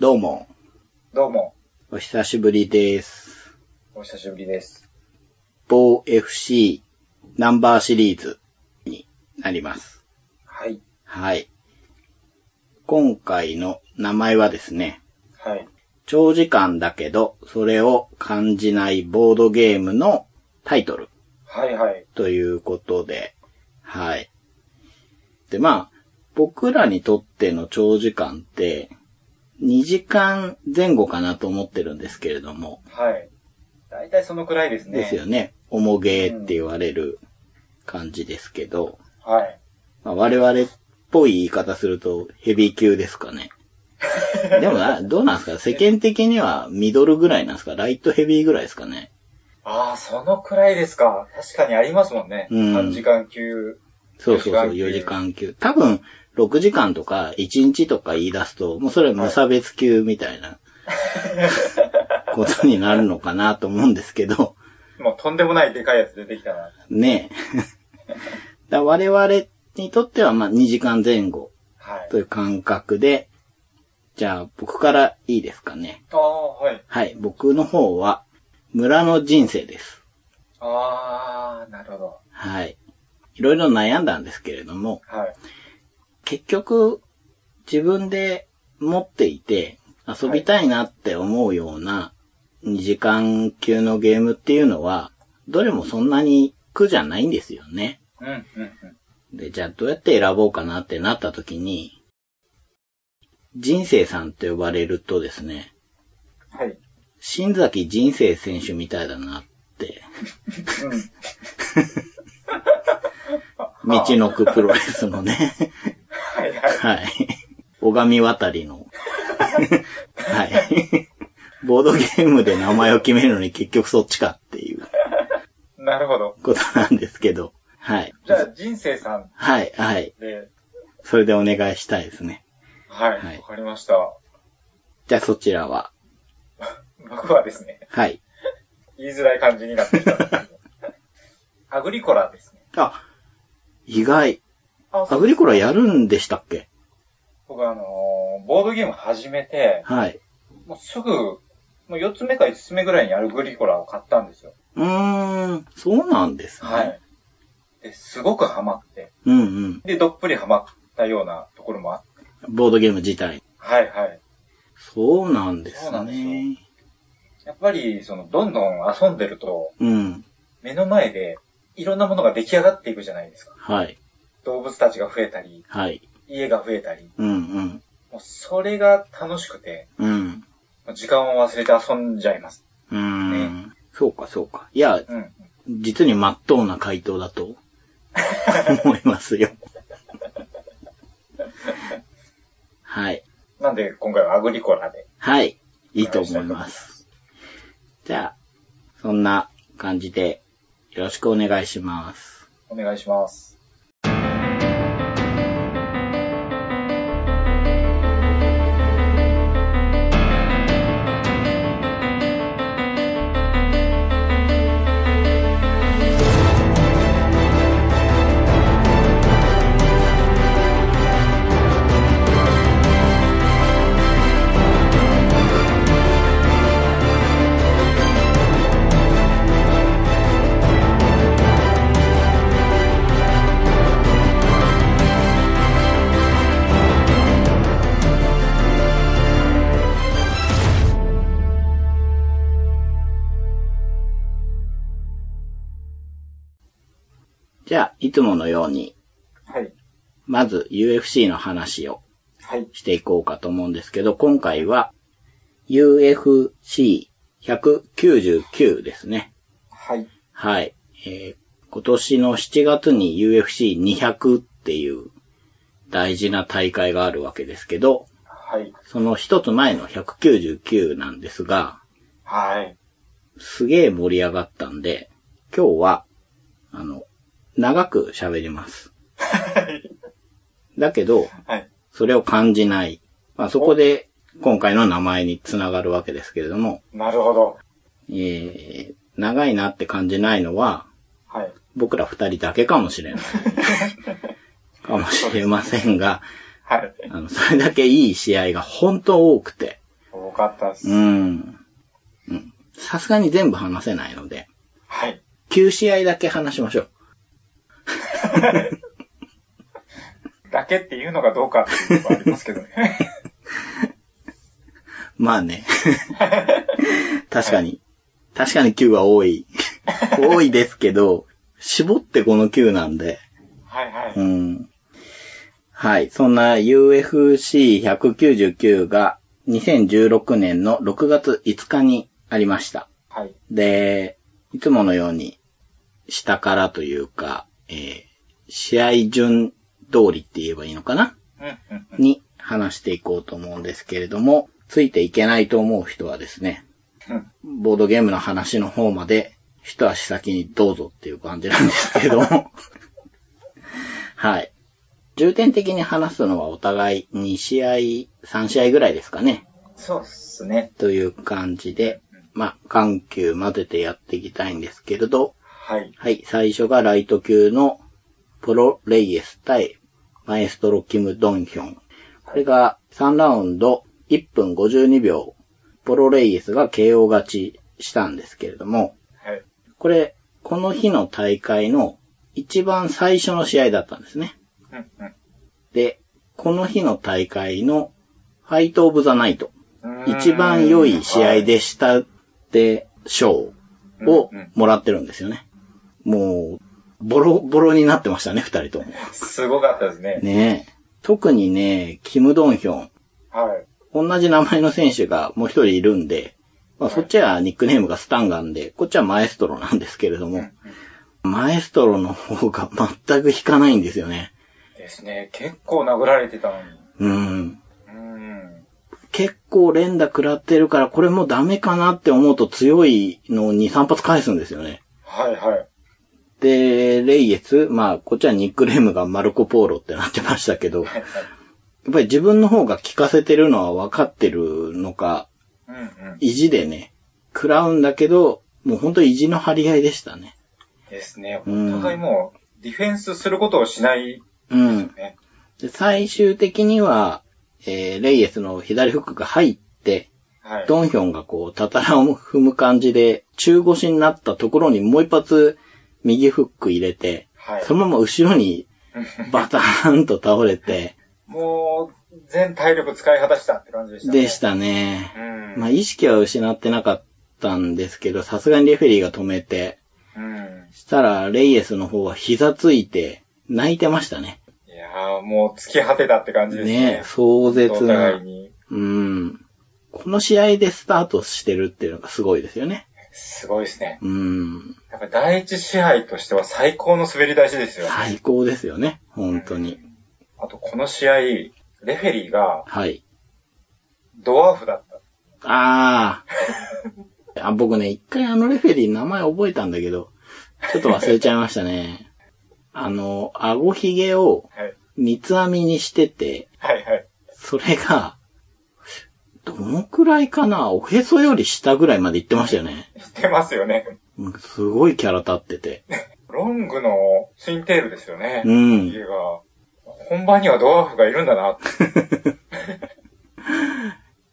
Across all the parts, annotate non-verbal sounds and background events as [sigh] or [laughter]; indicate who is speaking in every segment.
Speaker 1: どうも、
Speaker 2: どうも、
Speaker 1: お久しぶりです。
Speaker 2: お久しぶりです。
Speaker 1: 某 FC ナンバーシリーズになります。
Speaker 2: はい、
Speaker 1: はい。今回の名前はですね、
Speaker 2: はい、
Speaker 1: 長時間だけど、それを感じないボードゲームのタイトル
Speaker 2: はい、はい、
Speaker 1: ということで、はい。で、まあ、僕らにとっての長時間って、2時間前後かなと思ってるんですけれども、
Speaker 2: はい。だいたいそのくらいですね。
Speaker 1: ですよね。重げーって言われる感じですけど、
Speaker 2: はい。
Speaker 1: まあ我々っぽい言い方するとヘビー級ですか [laughs] ね。でもな、どうなんですか世間的にはミドルぐらいなんですかライトヘビーぐらいですかね
Speaker 2: ああ、そのくらいですか。確かにありますもんね。
Speaker 1: うん
Speaker 2: 3時間級。
Speaker 1: そうそうそう、4時
Speaker 2: 4時
Speaker 1: 間級。多分、6時間とか1日とか言い出すと、もうそれは無差別級みたいなことになるのかなと思うんですけど、
Speaker 2: [laughs] もうとんでもないでかいやつ出てきたな。
Speaker 1: [laughs] ねえ。だ我々にとってはまあ2時間前後
Speaker 2: はい。
Speaker 1: という感覚で、じゃあ僕からいいですかね。
Speaker 2: ああ、はい。
Speaker 1: はい、僕の方は村の人生です。
Speaker 2: ああ、なるほど。
Speaker 1: はい。いろいろ悩んだんですけれども、
Speaker 2: はい。
Speaker 1: 結局自分で持っていて遊びたいなって思うような2時間級のゲームっていうのは、どれもそんなに苦じゃないんですよね。
Speaker 2: うん、うん、うん。
Speaker 1: で、じゃあどうやって選ぼうかなってなった時に、人生さんって呼ばれるとですね、
Speaker 2: はい。
Speaker 1: 新崎人生選手みたいだなって、
Speaker 2: うん。
Speaker 1: 道のくプロレスのね、
Speaker 2: はい、はい。
Speaker 1: はい。拝み渡りの、はい。ボードゲームで名前を決めるのに結局そっちかっていう
Speaker 2: なるほど。
Speaker 1: ことなんですけど、はい。
Speaker 2: じゃあ、人生さん
Speaker 1: はい、はい。
Speaker 2: で、
Speaker 1: それでお願いしたいですね。
Speaker 2: はい。わ、
Speaker 1: はい
Speaker 2: かりました。
Speaker 1: じゃあそちらは、
Speaker 2: 僕はですね、
Speaker 1: はい。
Speaker 2: 言いづらい感じにな [laughs] ってきたんですけど。アグリコラですね。
Speaker 1: あ、意外。
Speaker 2: あ
Speaker 1: アグリコラやるんでしたっけ
Speaker 2: 僕あのーボードゲーム始めて、
Speaker 1: はい。
Speaker 2: もうすぐ、もう4つ目か5つ目ぐらいにアルグリコラを買ったんですよ。
Speaker 1: うーん、そうなんですね。。。
Speaker 2: で、すごくハマって、
Speaker 1: うんうん。
Speaker 2: で、どっぷりハマったようなところもあって、
Speaker 1: ボードゲーム自体。
Speaker 2: はいはい。
Speaker 1: そうなんですね。
Speaker 2: そうなんですよやっぱり、その、どんどん遊んでると、
Speaker 1: うん。
Speaker 2: 目の前で、いろんなものが出来上がっていくじゃないですか。
Speaker 1: はい。
Speaker 2: 動物たちが増えたり、
Speaker 1: はい。
Speaker 2: 家が増えたり、
Speaker 1: うんうん。
Speaker 2: もうそれが楽しくて、
Speaker 1: うん。
Speaker 2: もう時間を忘れて遊んじゃいます。
Speaker 1: うーん。そうかそうか。いや、
Speaker 2: うん。
Speaker 1: 実に真っ当な回答だと思いますよ。はい。
Speaker 2: なんで、今回はアグリコラで。
Speaker 1: はい。いいと思います。じゃあ、そんな感じでよろしくお願いします。
Speaker 2: お願いします。
Speaker 1: じゃあ、いつものように、
Speaker 2: はい。
Speaker 1: まず UFC の話を
Speaker 2: はい。
Speaker 1: していこうかと思うんですけど、今回は UFC199 ですね。
Speaker 2: はい。
Speaker 1: はい。えー今年の7月に UFC200 っていう大事な大会があるわけですけど、
Speaker 2: はい。
Speaker 1: その一つ前の199なんですが、
Speaker 2: はい。
Speaker 1: すげえ盛り上がったんで、今日は、あの、長く喋ります。だけど、
Speaker 2: はい。
Speaker 1: それを感じない。まあ、そこで今回の名前につながるわけですけれども、
Speaker 2: なるほど。
Speaker 1: えー、長いなって感じないのは、
Speaker 2: [laughs] はい。
Speaker 1: 僕ら二人だけかもしれ
Speaker 2: [laughs]
Speaker 1: ない。かもしれませんが、
Speaker 2: はい。
Speaker 1: あの、それだけいい試合が本当多くて、
Speaker 2: かったっす。
Speaker 1: うん。うんさすがに全部話せないので、
Speaker 2: はい。
Speaker 1: 9試合だけ話しましょう。
Speaker 2: [laughs] だけっていうのがどうかっていうのが [laughs] ありますけどね。
Speaker 1: [laughs] まあね。確かに。確かに9は多い。 [laughs] 多いですけど、絞ってこの9なんで。
Speaker 2: [laughs] はいは
Speaker 1: う
Speaker 2: い。
Speaker 1: ん。はい。そんな UFC199 が2016年の6月5日にありました。
Speaker 2: はい。
Speaker 1: で、いつものように、下からというか、えー試合順通りって言えばいいのかな
Speaker 2: うんうんうん。
Speaker 1: に話していこうと思うんですけれども、ついていけないと思う人はですね、
Speaker 2: うん
Speaker 1: ボードゲームの話の方まで、一足先にどうぞっていう感じなんですけれども。 [laughs] はい。重点的に話すのはお互い2試合、3試合ぐらいですかね。
Speaker 2: そうっすね。
Speaker 1: という感じで、まあ、緩急混ぜてやっていきたいんですけれど、
Speaker 2: はい。
Speaker 1: はい、最初がライト級のプロレイエス対マエストロキム・ドンヒョン。これが3ラウンド1分52秒、プロレイエスが KO 勝ちしたんですけれども、
Speaker 2: はい。
Speaker 1: これ、この日の大会の一番最初の試合だったんですね。
Speaker 2: うん
Speaker 1: で、この日の大会のファイト・オブ・ザ・ナイト、
Speaker 2: うんうーん
Speaker 1: 一番良い試合でしたって賞をもらってるんですよね。もう、ボロボロになってましたね、二人とも。
Speaker 2: すごかったですね。
Speaker 1: ねえ。特にね、キム・ドンヒョン。
Speaker 2: はい。
Speaker 1: 同じ名前の選手がもう一人いるんで、まあ、
Speaker 2: はい
Speaker 1: そっちはニックネームがスタンガンで、こっちはマエストロなんですけれど
Speaker 2: うんう
Speaker 1: も、
Speaker 2: ん
Speaker 1: マエストロの方が全く引かないんですよね。
Speaker 2: ですね。結構殴られてたのに。
Speaker 1: うん。
Speaker 2: うーん。
Speaker 1: 結構連打食らってるから、これもうダメかなって思うと強いのを2、3発返すんですよね。
Speaker 2: はいはい。
Speaker 1: で、レイエツ、まあ、こっちはニックネームがマルコ・ポーロってなってましたけど、
Speaker 2: はいはい。
Speaker 1: やっぱり自分の方が効かせてるのは分かってるのか、
Speaker 2: うんうん。
Speaker 1: 意地でね、食らうんだけど、もうほんと意地の張り合いでしたね。
Speaker 2: ですね。
Speaker 1: うん
Speaker 2: お互いもう、ディフェンスすることをしない
Speaker 1: うん。
Speaker 2: ね。
Speaker 1: で最終的には、えーレイエスの左フックが入って、
Speaker 2: はい。
Speaker 1: ドンヒョンがこう、たたらを踏む感じで、中腰になったところにもう一発、右フック入れて、
Speaker 2: はい。
Speaker 1: そのまま後ろにバターンと倒れて、
Speaker 2: [laughs] もう、全体力使い果たしたって感じでした、ね。
Speaker 1: でし。たね。
Speaker 2: うん。
Speaker 1: まあ、意識は失ってなかったんですけど、さすがにレフェリーが止めて、
Speaker 2: うん。
Speaker 1: したら、レイエスの方は膝ついて、泣いてましたね。
Speaker 2: いやー、もう、突き果てたって感じですね。
Speaker 1: ね壮
Speaker 2: お
Speaker 1: 絶
Speaker 2: 互い
Speaker 1: な。
Speaker 2: に。
Speaker 1: うん。この試合でスタートしてるっていうのがすごいですよね。
Speaker 2: すごいですね。
Speaker 1: うん。
Speaker 2: やっぱ第一支配としては最高の滑り出しですよ。
Speaker 1: 最高ですよね。本当に。
Speaker 2: あと、この試合、レフェリーが、
Speaker 1: はい。
Speaker 2: ドワーフだった。
Speaker 1: あー。あ、僕ね、一回あのレフェリー名前覚えたんだけど、ちょっと忘れちゃいましたね。あの、顎ひげを
Speaker 2: はい。
Speaker 1: 三つ編みにしてて、
Speaker 2: はいはい。
Speaker 1: それが、どのくらいかなおへそより下ぐらいまで行ってましたよね。
Speaker 2: 知ってますよね。
Speaker 1: うんすごいキャラ立ってて。
Speaker 2: ロングのツインテールですよね。
Speaker 1: うん
Speaker 2: [laughs] 家が。本番にはドワーフがいるんだなって。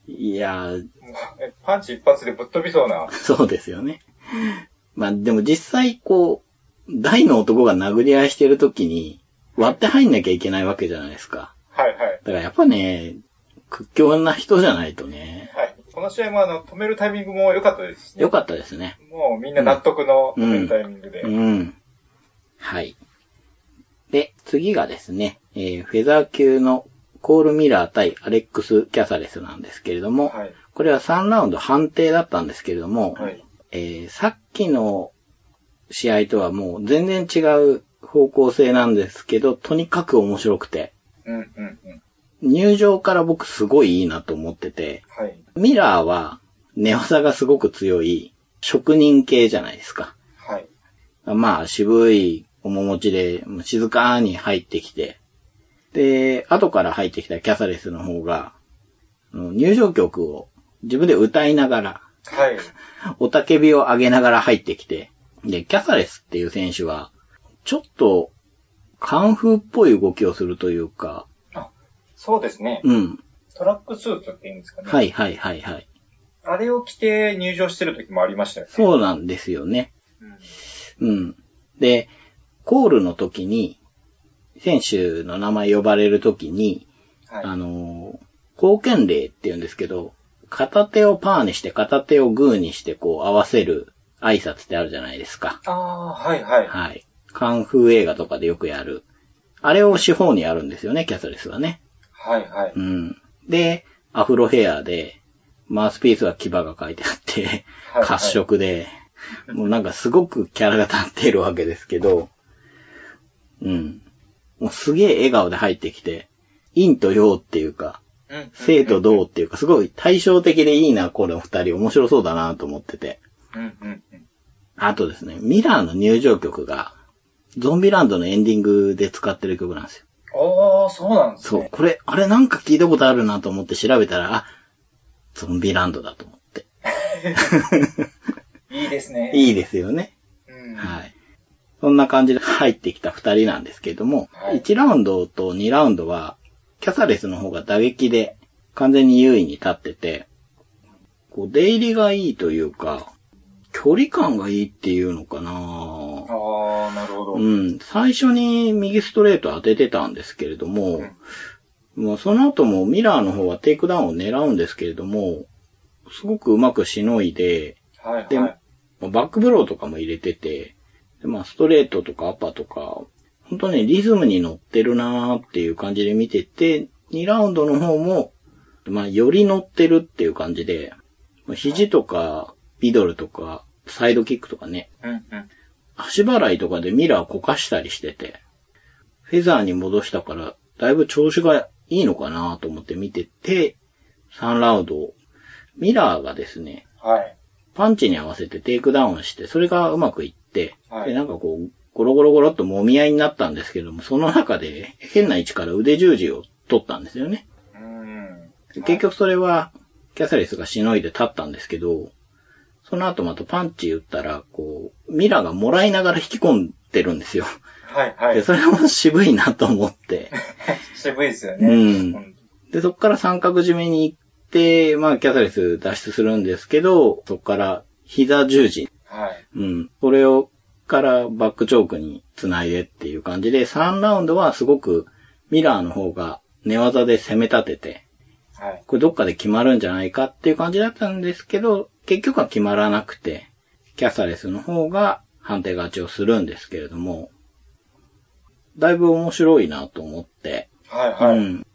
Speaker 1: いやー、
Speaker 2: もうえパンチ一発でぶっ飛びそうな。
Speaker 1: そうですよね。まあでも実際こう、大の男が殴り合いしてる時に割って入んなきゃいけないわけじゃないですか。
Speaker 2: はいはい。
Speaker 1: だからやっぱね、屈強な人じゃないとね、
Speaker 2: はい。この試合もあの、止めるタイミングも良かったですしね
Speaker 1: よ。かったですね。
Speaker 2: もうみんな納得の
Speaker 1: うん
Speaker 2: 止めるタイミングで。
Speaker 1: うん。はい。で、次がですね、えーフェザー級のコール・ミラー対アレックス・キャサレスなんですけれども、
Speaker 2: はい。
Speaker 1: これは3ラウンド判定だったんですけれども、
Speaker 2: はい。
Speaker 1: えーさっきの試合とはもう全然違う方向性なんですけど、とにかく面白くて、
Speaker 2: うんうんうん。
Speaker 1: 入場から僕すごいいいなと思ってて、
Speaker 2: はい。
Speaker 1: ミラーは寝技がすごく強い職人系じゃないですか。
Speaker 2: はい。
Speaker 1: まあ、渋い面持ちで、静かに入ってきて、で、後から入ってきたキャサレスの方が、あの入場曲を自分で歌いながら、
Speaker 2: はい。
Speaker 1: おたけびを上げながら入ってきて、で、キャサレスっていう選手は、ちょっと、カンフーっぽい動きをするというか、
Speaker 2: そうですね。
Speaker 1: うん。
Speaker 2: トラックスーツって言うんですかね。。
Speaker 1: はいいはいはいはい。
Speaker 2: あれを着て入場してる時もありましたよね。
Speaker 1: そうなんですよね。
Speaker 2: うん。
Speaker 1: うん。で、コールの時に、選手の名前呼ばれる時に、あ
Speaker 2: はい。
Speaker 1: のー、貢献礼って言うんですけど、片手をパーにして片手をグーにしてこう合わせる挨拶ってあるじゃないですか。
Speaker 2: ああ、はいはい。
Speaker 1: はい。カンフー映画とかでよくやる。あれを四方にやるんですよね、キャサリスはね。
Speaker 2: はいはい。
Speaker 1: うん。で、アフロヘアで、マウスピースは牙が書いてあって、
Speaker 2: はいはい
Speaker 1: 褐色で、もうなんかすごくキャラが立っているわけですけど、うん。もうすげえ笑顔で入ってきて、陰と陽っていうか、
Speaker 2: うんうん。
Speaker 1: [laughs] 生と同っていうか、すごい対照的でいいな、この二人。面白そうだなと思ってて。
Speaker 2: うんうんうん。
Speaker 1: あとですね、ミラーの入場曲が、ゾンビランドのエンディングで使ってる曲なんですよ。
Speaker 2: ああ、そうなんです
Speaker 1: そう、
Speaker 2: ね。
Speaker 1: これ、あれなんか聞いたことあるなと思って調べたら、あ、ゾンビランドだと思って。 [laughs]
Speaker 2: いいですね。い。
Speaker 1: いいですよね。
Speaker 2: うん。
Speaker 1: はい。そんな感じで入ってきた二人なんですけれども、
Speaker 2: はい
Speaker 1: 1ラウンドと2ラウンドは、キャサレスの方が打撃で完全に優位に立ってて、こう出入りがいいというか、距離感がいいっていうのかな
Speaker 2: ああ、なるほど。
Speaker 1: う
Speaker 2: うん
Speaker 1: ん、最初に右ストレート当ててたんですけれども、
Speaker 2: うん
Speaker 1: まあその後もミラーの方はテイクダウンを狙うんですけれども、すごくうまくしのいで、
Speaker 2: はい
Speaker 1: で
Speaker 2: はい。
Speaker 1: まあバックブローとかも入れてて、でまあ、ストレートとかアッパーとか、本当にリズムに乗ってるなーっていう感じで見てて、2ラウンドの方も、まあ、より乗ってるっていう感じで、まあ肘とか、ミドルとか、サイドキックとかね、
Speaker 2: うんうん。
Speaker 1: 足払いとかでミラーこかしたりしてて、フェザーに戻したから、だいぶ調子がいいのかなーと思って見てて、3ラウンド、ミラーがですね、
Speaker 2: はい。
Speaker 1: パンチに合わせてテイクダウンして、それがうまくいって、
Speaker 2: はい
Speaker 1: で、なんかこう、ゴロゴロゴロっと揉み合いになったんですけども、その中で変な位置から腕十字を取ったんですよね。
Speaker 2: うん。
Speaker 1: で結局それは、キャサリスがしのいで立ったんですけど、その後またパンチ打ったら、こう、ミラがもらいながら引き込んでるんですよ。
Speaker 2: はいは
Speaker 1: で、
Speaker 2: い。
Speaker 1: それも渋いなと思って。
Speaker 2: [laughs] 渋いですよ
Speaker 1: う
Speaker 2: [laughs] ね。
Speaker 1: ん。で、そこから三角締めに行って、まあ、キャサリス脱出するんですけど、そこから膝十字
Speaker 2: はい。
Speaker 1: うん。これを、からバックチョークに繋いでっていう感じで、3ラウンドはすごくミラーの方が寝技で攻め立てて、
Speaker 2: はい。
Speaker 1: これどっかで決まるんじゃないかっていう感じだったんですけど、結局は決まらなくて、キャサレスの方が判定勝ちをするんですけれども、だいぶ面白いなと思って、
Speaker 2: はいは
Speaker 1: う
Speaker 2: い。
Speaker 1: ん。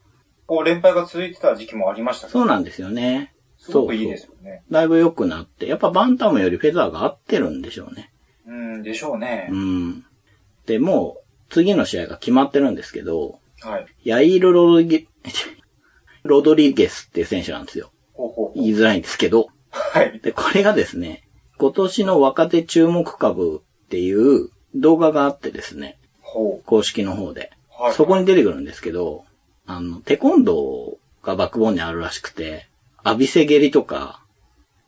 Speaker 2: こう、連敗が続いてた時期もありましたけど
Speaker 1: そうなんですよね。
Speaker 2: すごくいいですよね。
Speaker 1: だいぶ良くなって、やっぱバンタムよりフェザーが合ってるんでしょうね。
Speaker 2: うん、でしょうね
Speaker 1: う。ん。で、もう、次の試合が決まってるんですけど、
Speaker 2: はい。
Speaker 1: ヤイル・ロドリゲ、 [laughs] ロドリゲスっていう選手なんですよ。
Speaker 2: ほうほうほう
Speaker 1: 言いづらいんですけど。
Speaker 2: はい。
Speaker 1: で、これがですね、今年の若手注目株っていう動画があってですね、
Speaker 2: ほ
Speaker 1: 公式の方で。
Speaker 2: う。はい。
Speaker 1: そこに出てくるんですけど、あの、テコンドーがバックボーンにあるらしくて、浴びせ蹴りとか、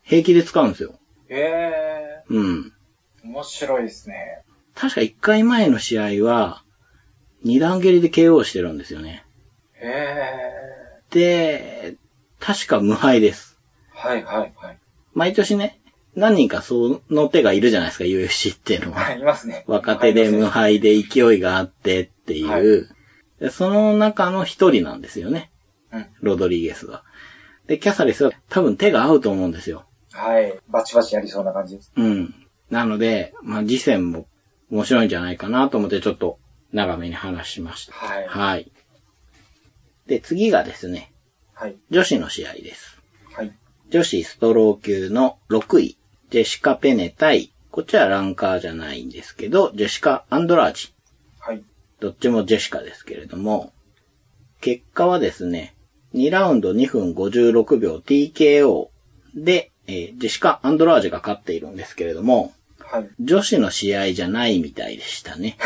Speaker 1: 平気で使うんですよ。
Speaker 2: え
Speaker 1: うん。
Speaker 2: ー、面白いですね。
Speaker 1: 確か1回前の試合は、2段蹴りで KO してるんですよね。
Speaker 2: え
Speaker 1: で、確か無敗です。
Speaker 2: ー、はいはいはい。
Speaker 1: 毎年ね、何人かその手がいるじゃないですか、UFC っていうの
Speaker 2: は
Speaker 1: は。
Speaker 2: い、いますね。
Speaker 1: 若手で無
Speaker 2: 無
Speaker 1: 敗で勢いがあってっていう。
Speaker 2: はい
Speaker 1: でその中の一人なんですよね、
Speaker 2: うん。
Speaker 1: ロドリゲスは。で、キャサリスは多分手が合うと思うんですよ。
Speaker 2: はい。バチバチやりそうな感じです。
Speaker 1: うん。なので、まあ、次戦も面白いんじゃないかなと思ってちょっと長めに話しました。
Speaker 2: はい。
Speaker 1: はい。で、次がですね、
Speaker 2: はい。
Speaker 1: 女子の試合です。
Speaker 2: はい。
Speaker 1: 女子ストロー級の6位、ジェシカ・ペネ対、こっちはランカーじゃないんですけど、ジェシカ・アンドラージ。
Speaker 2: はい。
Speaker 1: どっちもジェシカですけれども、結果はですね、2ラウンド2分56秒 TKO で、えージェシカ・アンドラージが勝っているんですけれども、
Speaker 2: はい。 [laughs]
Speaker 1: 女子の試合じゃないみたいでしたね。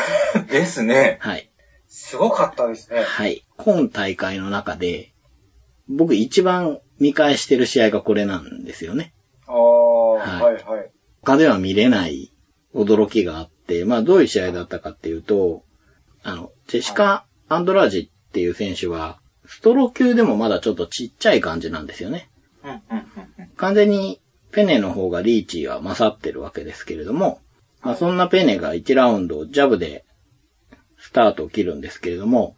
Speaker 2: ですね。
Speaker 1: はい。
Speaker 2: すごかったですね。
Speaker 1: はい。今大会の中で、僕一番見返してる試合がこれなんですよね。
Speaker 2: ああ、
Speaker 1: は
Speaker 2: はいいはい。
Speaker 1: 他では見れない驚きがあって、まあどういう試合だったかっていうと、あの、ジェシカ・アンドラージっていう選手は、ストロー級でもまだちょっとちっちゃい感じなんですよね。
Speaker 2: うんうんうんうん。
Speaker 1: 完全にペネの方がリーチは勝ってるわけですけれども、まあ、そんなペネが1ラウンドをジャブでスタートを切るんですけれども、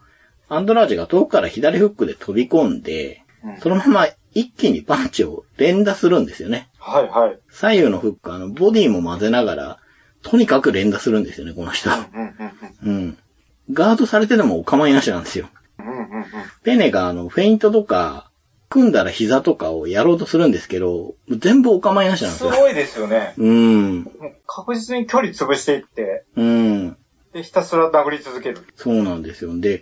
Speaker 1: アンドラージが遠くから左フックで飛び込んで、
Speaker 2: うん
Speaker 1: そのまま一気にパンチを連打するんですよね。
Speaker 2: はいはい。
Speaker 1: 左右のフック、あの、ボディも混ぜながら、とにかく連打するんですよね、この人。
Speaker 2: うんうんうん
Speaker 1: うん。ガードされてでもお構いなしなんですよ。
Speaker 2: う
Speaker 1: [laughs]
Speaker 2: んうんうんうん。
Speaker 1: ペネがあの、フェイントとか、組んだら膝とかをやろうとするんですけど、全部お構いなしなんですすよ。
Speaker 2: ごいですよね。
Speaker 1: うん。
Speaker 2: もう確実に距離潰していって、
Speaker 1: うん。
Speaker 2: で、ひたすら殴り続ける。
Speaker 1: そうなんですよ。で、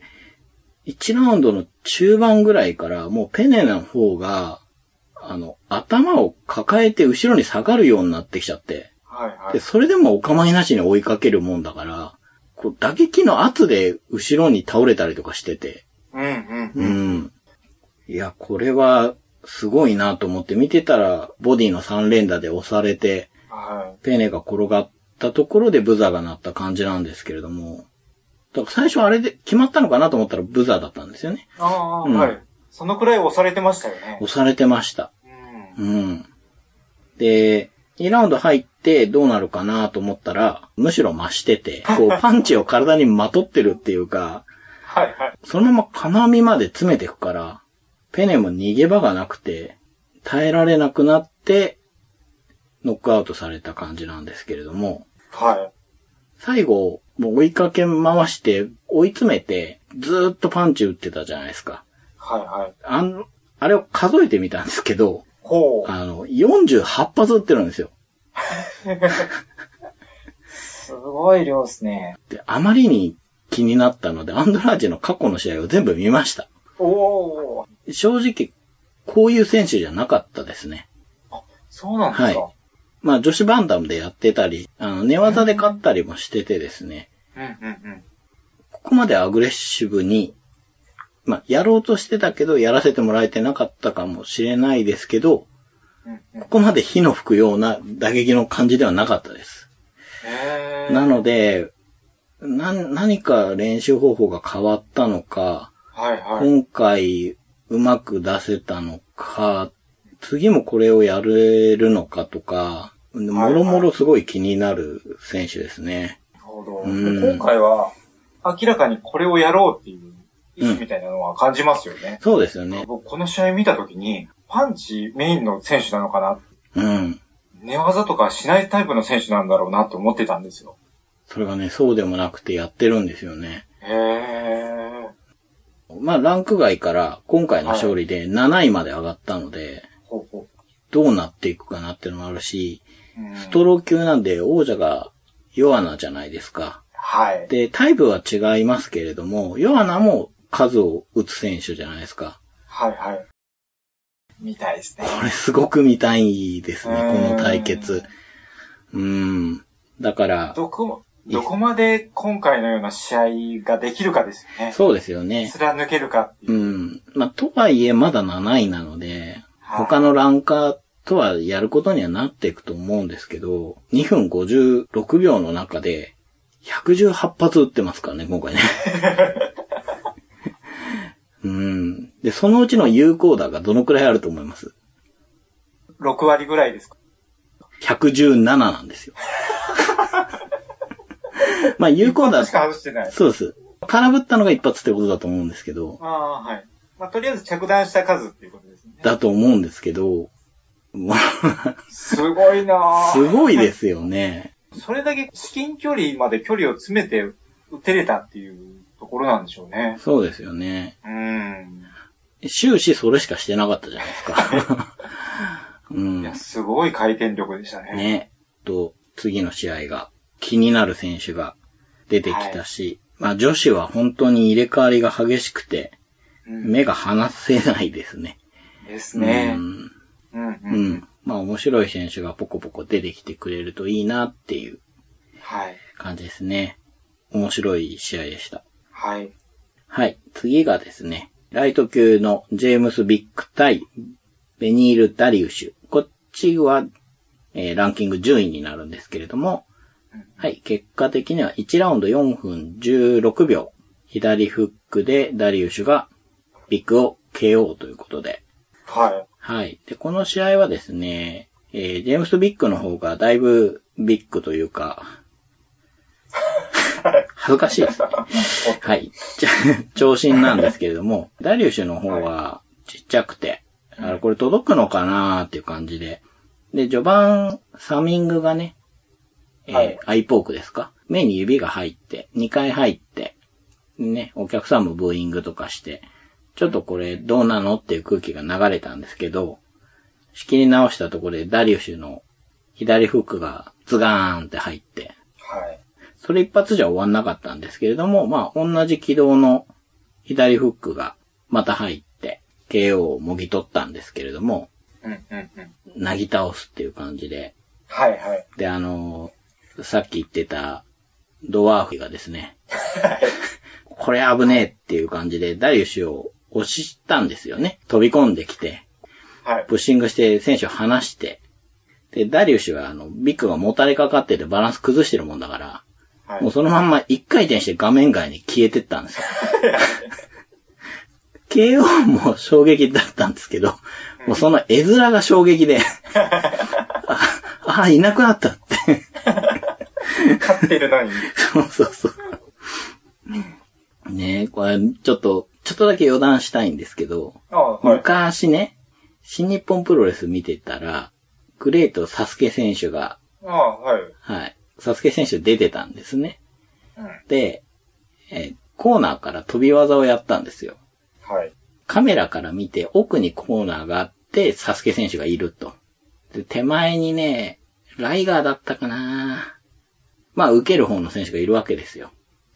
Speaker 1: 1ラウンドの中盤ぐらいから、もうペネの方が、あの、頭を抱えて後ろに下がるようになってきちゃって、
Speaker 2: はいは
Speaker 1: で、
Speaker 2: い。
Speaker 1: それでもお構いなしに追いかけるもんだから、こう、打撃の圧で後ろに倒れたりとかしてて、
Speaker 2: うんうん
Speaker 1: う
Speaker 2: うん。
Speaker 1: ん。いや、これは、すごいなと思って見てたら、ボディの3連打で押されて、
Speaker 2: はい。
Speaker 1: ペーネが転がったところでブザが鳴った感じなんですけれども、だから最初あれで決まったのかなと思ったらブザだったんですよね。
Speaker 2: ああ、
Speaker 1: うん
Speaker 2: はい。そのくらい押されてましたよね。
Speaker 1: 押されてました。
Speaker 2: うん。
Speaker 1: うん。で、2ラウンド入ってどうなるかなと思ったら、むしろ増してて、こうパンチを体にまとってるっていうか、
Speaker 2: はいはい。
Speaker 1: そのまま金網まで詰めていくから、ペネも逃げ場がなくて、耐えられなくなって、ノックアウトされた感じなんですけれども、
Speaker 2: はい。
Speaker 1: 最後、もう追いかけ回して、追い詰めて、ずーっとパンチ打ってたじゃないですか。
Speaker 2: はいはい。
Speaker 1: あの、あれを数えてみたんですけど、
Speaker 2: ほう。
Speaker 1: あの、48発打ってるんですよ。
Speaker 2: すごい量ですね。
Speaker 1: で、あまりに気になったので、アンドラージの過去の試合を全部見ました。
Speaker 2: おー。
Speaker 1: 正直、こういう選手じゃなかったですね。
Speaker 2: そうなんですか。
Speaker 1: はまあ、女子バンダムでやってたり、あの、寝技で勝ったりもしててですね、
Speaker 2: うんうんうん。
Speaker 1: ここまでアグレッシブに、まあ、やろうとしてたけど、やらせてもらえてなかったかもしれないですけど、
Speaker 2: うんうん
Speaker 1: ここまで火の吹くような打撃の感じではなかったです。
Speaker 2: へー
Speaker 1: なので、な、何か練習方法が変わったのか、
Speaker 2: はいはい。
Speaker 1: 今回うまく出せたのか、次もこれをやれるのかとか、もろもろすごい気になる選手ですね。
Speaker 2: なるほど。
Speaker 1: うん
Speaker 2: 今回は、明らかにこれをやろうっていう意思みたいなのは感じますよね。
Speaker 1: そうですよね。
Speaker 2: 僕、この試合見たときに、パンチメインの選手なのかな、
Speaker 1: うん。
Speaker 2: 寝技とかしないタイプの選手なんだろうなって思ってたんですよ。
Speaker 1: それがね、そうでもなくてやってるんですよね。
Speaker 2: へー。
Speaker 1: まあ、ランク外から今回の勝利で7位まで上がったので、
Speaker 2: ほうほ
Speaker 1: どうなっていくかなっていうのもあるし、
Speaker 2: う。うん
Speaker 1: ストロー級なんで王者がヨアナじゃないですか。
Speaker 2: はい。
Speaker 1: で、タイプは違いますけれども、ヨアナも数を打つ選手じゃないですか。
Speaker 2: はいはい。みたいですね。
Speaker 1: これすごく見たいですね、
Speaker 2: う
Speaker 1: こ
Speaker 2: ん
Speaker 1: の対決。うん。だから、
Speaker 2: どこ、どこまで今回のような試合ができるかですよね。
Speaker 1: そうですよね。
Speaker 2: 貫けるかっていうう。
Speaker 1: ん。まあ、とはいえまだ7位なので、
Speaker 2: はい [laughs]
Speaker 1: 他のランカーとはやることにはなっていくと思うんですけど、2分56秒の中で、118発撃ってますからね、今
Speaker 2: [laughs]
Speaker 1: 回ね。うん。で、そのうちの有効打がどのくらいあると思います
Speaker 2: 6割ぐらいですか
Speaker 1: ?117 なん
Speaker 2: [laughs]
Speaker 1: ですよ。まあ、有効打
Speaker 2: し、か外してない。
Speaker 1: そうです。空振ったのが一発ってことだと思うんですけど、
Speaker 2: ああ、はい。まあ、とりあえず着弾した数っていうことですね。
Speaker 1: だと思うんですけど、まあ
Speaker 2: すごいなぁ
Speaker 1: すごいですよね。
Speaker 2: それだけ至近距離まで距離を詰めて打てれたっていうところなんでしょうね。
Speaker 1: そうですよね。
Speaker 2: うーん。
Speaker 1: 終始それしかしてなかったじゃないです
Speaker 2: [laughs]
Speaker 1: か。う
Speaker 2: い
Speaker 1: ん。
Speaker 2: や、すごい回転力でしたね。
Speaker 1: ね。と、次の試合が気になる選手が出てきたし、まあ女子は本当に入れ替わりが激しくて、
Speaker 2: うん、
Speaker 1: 目が離せないですね。
Speaker 2: ですね
Speaker 1: う。ん。
Speaker 2: うん、うん、
Speaker 1: う
Speaker 2: うん
Speaker 1: ん。まあ面白い選手がポコポコ出てきてくれるといいなっていう
Speaker 2: はい。
Speaker 1: 感じですね。面白い試合でした。
Speaker 2: はい。
Speaker 1: はい。次がですね、ライト級のジェームス・ビッグ対ベニール・ダリウシュ。こっちは、えーランキング10位になるんですけれども、はい。結果的には1ラウンド4分16秒。左フックでダリウシュがビッグを KO ということで、
Speaker 2: は
Speaker 1: はい。で、この試合はですね、えージェームス・ビッグの方がだいぶビッグというか、恥ずかしいですね。
Speaker 2: [laughs]
Speaker 1: はい。じゃ長身なんですけれども、ダリウシュの方はちっちゃくて、
Speaker 2: うん
Speaker 1: あのこれ届くのかなーっていう感じで。で、序盤、サミングがね、えー
Speaker 2: はい
Speaker 1: アイポークですか目に指が入って、2回入って、ね、お客さんもブーイングとかして、ちょっとこれどうなのっていう空気が流れたんですけど、仕切り直したところでダリウシュの左フックがズガーンって入って、
Speaker 2: はい。
Speaker 1: それ一発じゃ終わんなかったんですけれども、まあ、同じ軌道の左フックがまた入って、KO をもぎ取ったんですけれども、
Speaker 2: うんうんうん。
Speaker 1: なぎ倒すっていう感じで。
Speaker 2: はいはい。
Speaker 1: で、あのーさっき言ってたドワーフがですね、これ危ねえっていう感じで、ダリウシを押したんですよね。飛び込んできて、
Speaker 2: はい。
Speaker 1: プッシングして選手を離して、で、ダリウシはあの、ビッグがもたれかかっててバランス崩してるもんだから、
Speaker 2: はい。
Speaker 1: もうそのまんま一回転して画面外に消えてったん
Speaker 2: [laughs]
Speaker 1: ですよ。KO も衝撃だったんですけど、もうその絵面が衝撃
Speaker 2: [laughs]
Speaker 1: で、あ、あ、いなくなったって。
Speaker 2: 勝ってるのに。
Speaker 1: そうそうそう。ねえ、これ、ちょっと、ちょっとだけ余談したいんですけど、
Speaker 2: あはい。
Speaker 1: 昔ね、新日本プロレス見てたら、グレートサスケ選手が、
Speaker 2: あはい。
Speaker 1: はい、サスケ選手出てたんですね。
Speaker 2: うん。
Speaker 1: で、えーコーナーから飛び技をやったんですよ。
Speaker 2: はい。
Speaker 1: カメラから見て奥にコーナーがあって、サスケ選手がいると。で、手前にね、ライガーだったかなまあ、受ける方の選手がいるわけですよ。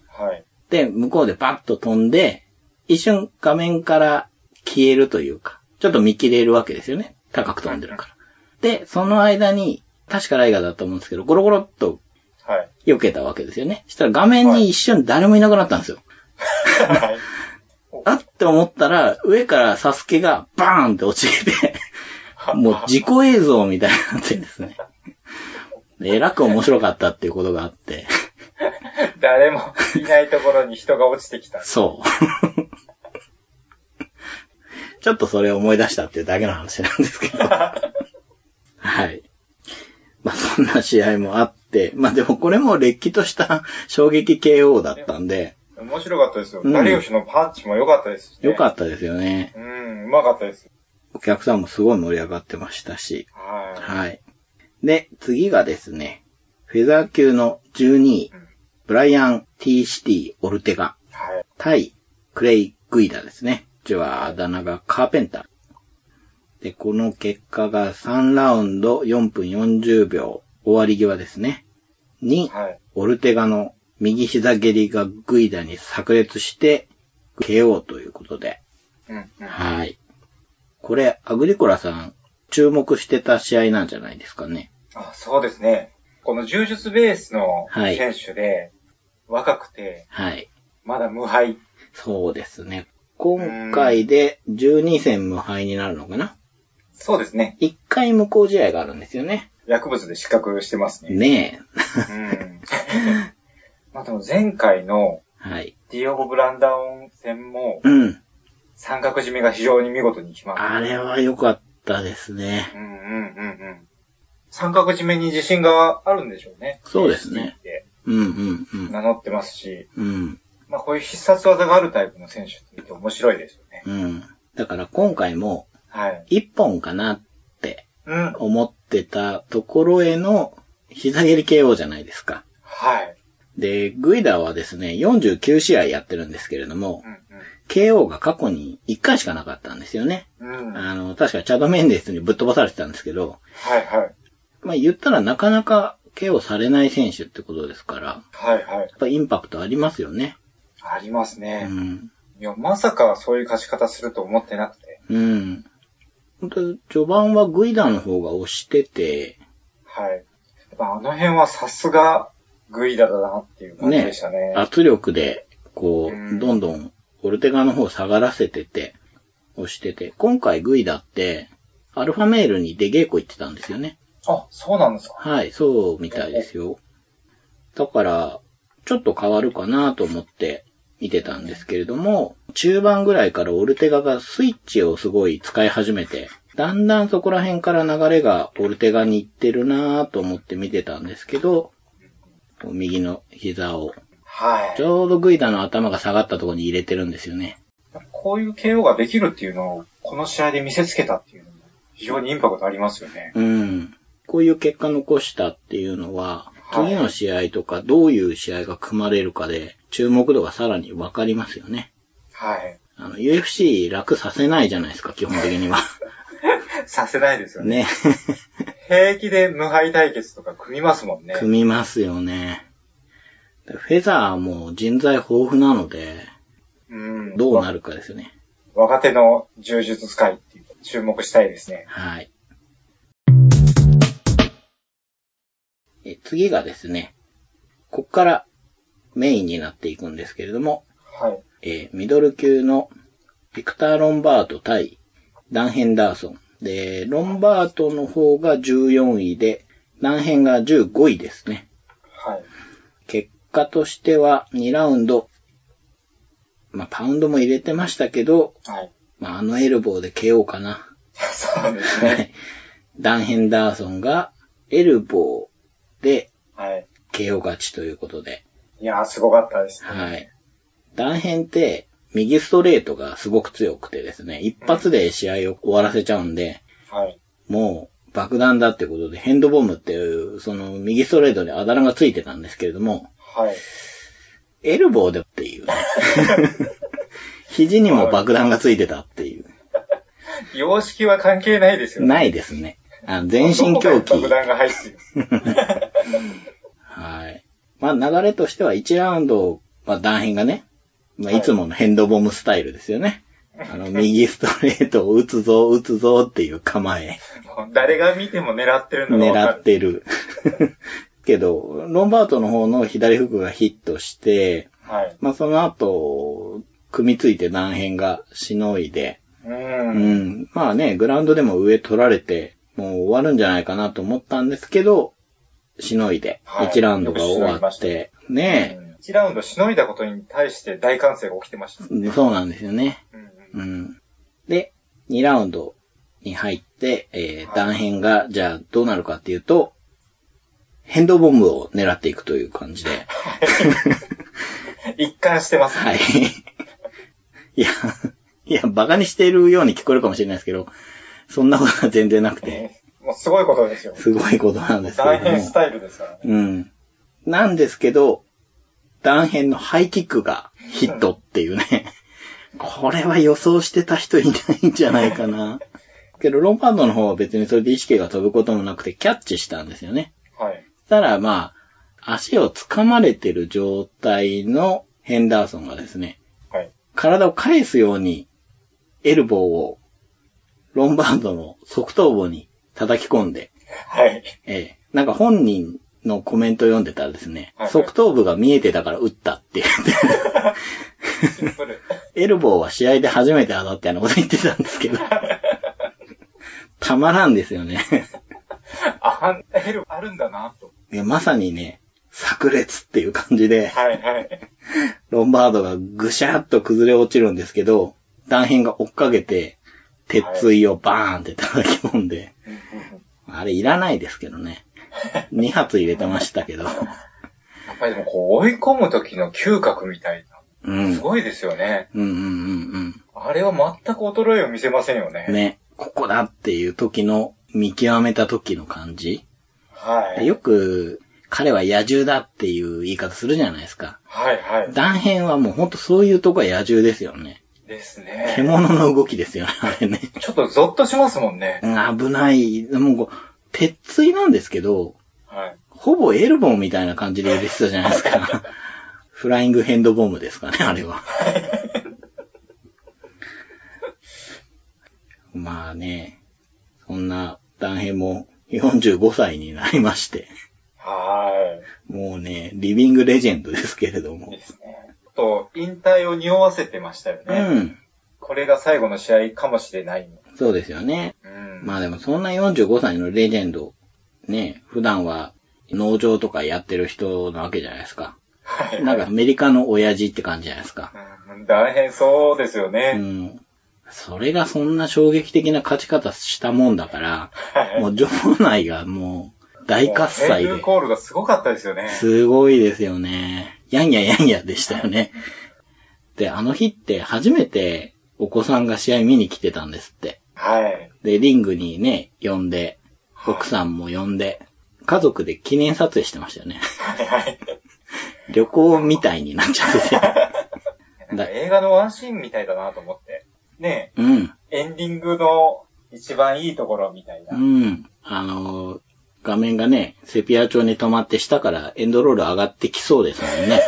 Speaker 2: はい。
Speaker 1: で、向こうでバッと飛んで、一瞬画面から消えるというか、ちょっと見切れるわけですよね。高く飛んでるから。で、その間に、確かライガーだと思うんですけど、ゴロゴロっと
Speaker 2: はい。
Speaker 1: 避けたわけですよね。したら画面に一瞬誰もいなくなったんですよ。
Speaker 2: はい。
Speaker 1: あって思ったら、上からサスケがバーンって落ちて、もう自己映像みたいになってですね。えらく面白かったっていうことがあって、
Speaker 2: 誰もいないところに人が落ちてきた。
Speaker 1: そう。ちょっとそれを思い出したっていうだけの話なんですけど。はい。まあそんな試合もあって、まあでもこれもれっきとした衝撃 KO だったんで、
Speaker 2: 面白かったですよ。
Speaker 1: うん
Speaker 2: ダリウシのパンチも良かったですし、ね。
Speaker 1: 良か
Speaker 2: っ
Speaker 1: ったですよね。
Speaker 2: た。うん、うまかったです。
Speaker 1: お客さんもすごい盛り上がってましたし。
Speaker 2: は
Speaker 1: はい。で、次がですね、フェザー級の12位
Speaker 2: うん、
Speaker 1: ブライアン・ T ・シティ・オルテガ、
Speaker 2: い。はい。
Speaker 1: 対クレイ・グイダですね。こっちはあだ名がカーペンター。で、この結果が3ラウンド4分40秒、終わり際ですね。に、
Speaker 2: はい。
Speaker 1: オルテガの右膝蹴りがグイダに炸裂して、KO ということで。
Speaker 2: うん、うん。
Speaker 1: はい。これ、アグリコラさん、注目してた試合なんじゃないですかね。
Speaker 2: あ、そうですね。この柔術ベースの
Speaker 1: はい
Speaker 2: 選手で、若くて、
Speaker 1: はい。
Speaker 2: まだ無敗。
Speaker 1: そうですね。今回で12戦無敗になるのかな
Speaker 2: そうですね。
Speaker 1: ?1 回無効試合があるんですよね。
Speaker 2: 薬物で失格してますね。
Speaker 1: ねえ。 [laughs]
Speaker 2: うん。 [laughs] まあでも前回の
Speaker 1: はい。
Speaker 2: ディオゴ・ブランダオン戦も
Speaker 1: うん。
Speaker 2: 三角締めが非常に見事に決まった。
Speaker 1: あれは良かったですね。
Speaker 2: うんうんうんうん。三角締めに自信があるんでしょうね。
Speaker 1: そうですね。
Speaker 2: って
Speaker 1: うんうんうん。
Speaker 2: 名乗ってますし、
Speaker 1: うん。
Speaker 2: まあこういう必殺技があるタイプの選手って見て面白いですよね。
Speaker 1: うん。だから今回も
Speaker 2: はい。
Speaker 1: 1本かなって
Speaker 2: うん。
Speaker 1: 思ってたところへの膝蹴り KO じゃないですか。
Speaker 2: はい。
Speaker 1: で、グイダはですね、49試合やってるんですけれども
Speaker 2: う、ん
Speaker 1: KO が過去に1回しかなかったんですよね。
Speaker 2: うん。うん。はい
Speaker 1: あの、確かチャド・メンデスにぶっ飛ばされてたんですけど、
Speaker 2: はい。
Speaker 1: まあ言ったらなかなか KO されない選手ってことですから、や
Speaker 2: はいはい。
Speaker 1: っぱインパクトありますよね。
Speaker 2: あります
Speaker 1: う
Speaker 2: ね。
Speaker 1: ん。
Speaker 2: いや、まさかそういう勝ち方すると思ってなくて。
Speaker 1: うん。本当序盤はグイダの方が押してて、
Speaker 2: はい。やっぱあの辺はさすがグイダだなっていう感じでしたね。
Speaker 1: 圧力で、こ
Speaker 2: う
Speaker 1: う、
Speaker 2: ん
Speaker 1: どんどんオルテガの方を下がらせてて、押してて、今回グイダって、アルファメールに出稽古行ってたんですよね。
Speaker 2: あ、そうなんですか。
Speaker 1: はい、そうみたいですよ。だから、ちょっと変わるかなと思って見てたんですけれども、中盤ぐらいからオルテガがスイッチをすごい使い始めて、だんだんそこら辺から流れがオルテガに行ってるなぁと思って見てたんですけど、右の膝を、
Speaker 2: は
Speaker 1: ちょうどグイダの頭が下がったところに入れてるんですよね。
Speaker 2: い。こういう KO ができるっていうのを、この試合で見せつけたっていうのも、非常にインパクトありますよね。
Speaker 1: うん。こういう結果残したっていうのは、
Speaker 2: はい
Speaker 1: 次の試合とかどういう試合が組まれるかで、注目度がさらに分かりますよね。
Speaker 2: はい。
Speaker 1: あの、UFC 楽させないじゃないですか、基本的には。
Speaker 2: させないですよね。
Speaker 1: [laughs] ね。
Speaker 2: 平気で無敗対決とか組みますもんね。
Speaker 1: 組みますよね。フェザーも人材豊富なので、
Speaker 2: うん。
Speaker 1: どうなるかですよね。
Speaker 2: 若手の柔術使いっていう、注目したいですね。
Speaker 1: はい。え次がですね、こっからメインになっていくんですけれども、
Speaker 2: はい。
Speaker 1: えーミドル級のビクター・ロンバート対ダンヘンダーソン。で、ロンバートの方が14位で、ダンヘンが15位ですね。
Speaker 2: はい。
Speaker 1: 結果としては2ラウンド、まあ、パウンドも入れてましたけど、
Speaker 2: はい。 [laughs]
Speaker 1: まあ、あのエルボーで KO かな。
Speaker 2: そうです
Speaker 1: は
Speaker 2: ね。
Speaker 1: い。 [laughs] ダンヘンダーソンがエルボーで
Speaker 2: はい。
Speaker 1: KO 勝ちということで。
Speaker 2: いやー、すごかったですね。
Speaker 1: はい。断片って、右ストレートがすごく強くてですね、一発で試合を終わらせちゃうんで、
Speaker 2: はい。
Speaker 1: もう爆弾だってことで、ヘンドボムっていう、その右ストレートにあだ名がついてたんですけれども、
Speaker 2: はい。
Speaker 1: エルボーでって
Speaker 2: [laughs]
Speaker 1: いうね。肘にも爆弾がついてたっていう。
Speaker 2: 様式は関係ないですよね。
Speaker 1: ないですね。あの全身狂気
Speaker 2: どこかに爆。弾が入ってる。
Speaker 1: はい。まあ流れとしては1ラウンドを、まあ断片がね、まあ
Speaker 2: は
Speaker 1: い
Speaker 2: い
Speaker 1: つものヘンドボムスタイルですよ
Speaker 2: [laughs]
Speaker 1: ね。あの、右ストレートを打つぞ、打つぞっていう構え、
Speaker 2: も
Speaker 1: [laughs]
Speaker 2: う誰が見ても狙ってるのが分か
Speaker 1: 狙っ
Speaker 2: る。
Speaker 1: てる。 [laughs] けど、ロンバートの方の左フックがヒットして、
Speaker 2: はい。
Speaker 1: まあその後、組みついて断片がしのいで、
Speaker 2: う。
Speaker 1: うんん、まあね、グラウンドでも上取られて、もう終わるんじゃないかなと思ったんですけど、しのいで、
Speaker 2: はい
Speaker 1: 1ラウンドが終わって、ねえ、
Speaker 2: 1ラウンドしのいだことに対して大歓声が起きてました。
Speaker 1: そうなんですよね。
Speaker 2: うん
Speaker 1: うん。で、2ラウンドに入って、え
Speaker 2: は
Speaker 1: ー、
Speaker 2: い
Speaker 1: 断片が、じゃあどうなるかっていうと、変動ボムを狙っていくという感じで。
Speaker 2: 一貫してます。
Speaker 1: はい。 [laughs] いや、いや、バカにしているように聞こえるかもしれないですけど、そんなことは全然なくて、
Speaker 2: もうすごいこ
Speaker 1: [laughs]
Speaker 2: とですよ。
Speaker 1: すごいことなんですけ
Speaker 2: 大
Speaker 1: れど
Speaker 2: 変
Speaker 1: も
Speaker 2: ス。タイルですからね。
Speaker 1: うん。なんですけど、断片のハイキックがヒットっていうね。これは予想してた人いないんじゃないかな。けど、ロンパンドの方は別にそれで意識が飛ぶこともなくてキャッチしたんですよね。
Speaker 2: はい。
Speaker 1: そしたら、まあ、足を掴まれてる状態のヘンダーソンがですね、
Speaker 2: はい。
Speaker 1: 体を返すようにエルボーをロンバードの側頭部に叩き込んで、
Speaker 2: はい。
Speaker 1: ええ。なんか本人のコメント読んでたらですね、
Speaker 2: はい
Speaker 1: 側頭部が見えてたから打ったって言って、
Speaker 2: シンプル。
Speaker 1: [laughs] エルボーは試合で初めて当たったようなこと言ってたんです
Speaker 2: [laughs]
Speaker 1: けど、たまらんですよね。
Speaker 2: あ、ヘルあるんだな、と。
Speaker 1: いやまさにね、炸裂っていう感じで、
Speaker 2: はい、はい。
Speaker 1: ロンバードがぐしゃっと崩れ落ちるんですけど、断片が追っかけて、鉄槌をバーンって叩き込んで、
Speaker 2: うんうんうん
Speaker 1: あれいらないですけどね。2発入れてました
Speaker 2: [laughs]
Speaker 1: けど。
Speaker 2: やっぱりでもこう追い込む時の嗅覚みたい
Speaker 1: うん。う
Speaker 2: な。
Speaker 1: ん
Speaker 2: すごいですよね。
Speaker 1: うんうんうん。
Speaker 2: あれは全く衰えを見せませんよね。
Speaker 1: ね、ここだっていう時の、見極めた時の感じ。
Speaker 2: はい。
Speaker 1: よく、彼は野獣だっていう言い方するじゃないですか。
Speaker 2: はい、はい。
Speaker 1: 断片はもうほんとそういうとこは野獣ですよね。
Speaker 2: ですね。
Speaker 1: 獣の動きですよね、あれね。
Speaker 2: ちょっとゾッとしますもんね。
Speaker 1: うん危ない。もうこう、鉄槌なんですけど、
Speaker 2: はい。
Speaker 1: ほぼエルボーみたいな感じで入れてたじゃないですか。 [laughs] フライングヘンドボムですかね、あれは。まあね、そんな断片も45歳になりまして、
Speaker 2: は
Speaker 1: もうね、リビングレジェンドですけれど
Speaker 2: い。
Speaker 1: も
Speaker 2: で。すね。ちょっと引退を匂わせてましたよ
Speaker 1: う
Speaker 2: ね。
Speaker 1: ん、
Speaker 2: これが最後の試合かもしれない。
Speaker 1: そうですよね。
Speaker 2: うん。
Speaker 1: まあでもそんな45歳のレジェンド、ね、普段は農場とかやってる人なわけじゃないですか。
Speaker 2: はい。
Speaker 1: なんかアメリカの親父って感じじゃないですか。
Speaker 2: うん、大変そうですよ
Speaker 1: う
Speaker 2: ね。
Speaker 1: ん。それがそんな衝撃的な勝ち方したもんだから、
Speaker 2: はい。
Speaker 1: もう場内がもう大喝采
Speaker 2: もうヘイル
Speaker 1: で、
Speaker 2: コールがすごかったですよね。
Speaker 1: すごいですよね。やんややんやでしたよね。で、あの日って初めてお子さんが試合見に来てたんですって。
Speaker 2: はい。
Speaker 1: で、リングにね、呼んで、奥さんも呼んで、家族で記念撮影してましたよね。
Speaker 2: はいはい。
Speaker 1: 旅行みたいになっちゃってて。
Speaker 2: なんか映画のワンシーンみたいだなと思って。ね
Speaker 1: うん。
Speaker 2: えエンディングの一番いいところみたいな。
Speaker 1: うん。あのー画面がね、セピア調に止まって下からエンドロール上がってきそうですもんね。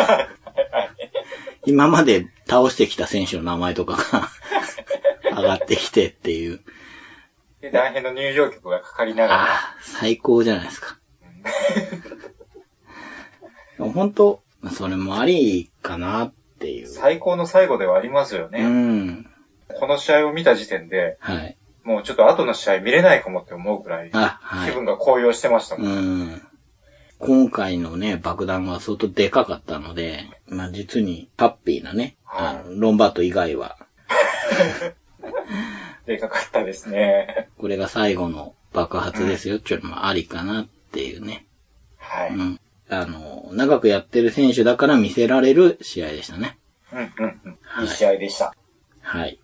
Speaker 1: 今まで倒してきた選手の名前とかが上がってきてっていう。
Speaker 2: で、大変の入場曲がかかりながら。
Speaker 1: ああ、最高じゃないですか。でも本当それもありかなっていう。
Speaker 2: 最高の最後ではありますよ
Speaker 1: う
Speaker 2: ね。
Speaker 1: ん。
Speaker 2: この試合を見た時点で、
Speaker 1: はい。
Speaker 2: もうちょっと後の試合見れないかもって思うくらい、
Speaker 1: あ、はい。
Speaker 2: 気分が高揚してましたもん。
Speaker 1: うん。今回のね、爆弾は相当でかかったので、まあ実にハッピーなね、
Speaker 2: はい
Speaker 1: あのロンバート以外は、
Speaker 2: でかかったですね。
Speaker 1: これが最後の爆発ですよっていうのもありかなっていうね。
Speaker 2: はい。
Speaker 1: う
Speaker 2: うん
Speaker 1: ん。あの、長くやってる選手だから見せられる試合でしたね。
Speaker 2: うんうん。
Speaker 1: はい
Speaker 2: いい試合でした。
Speaker 1: はい。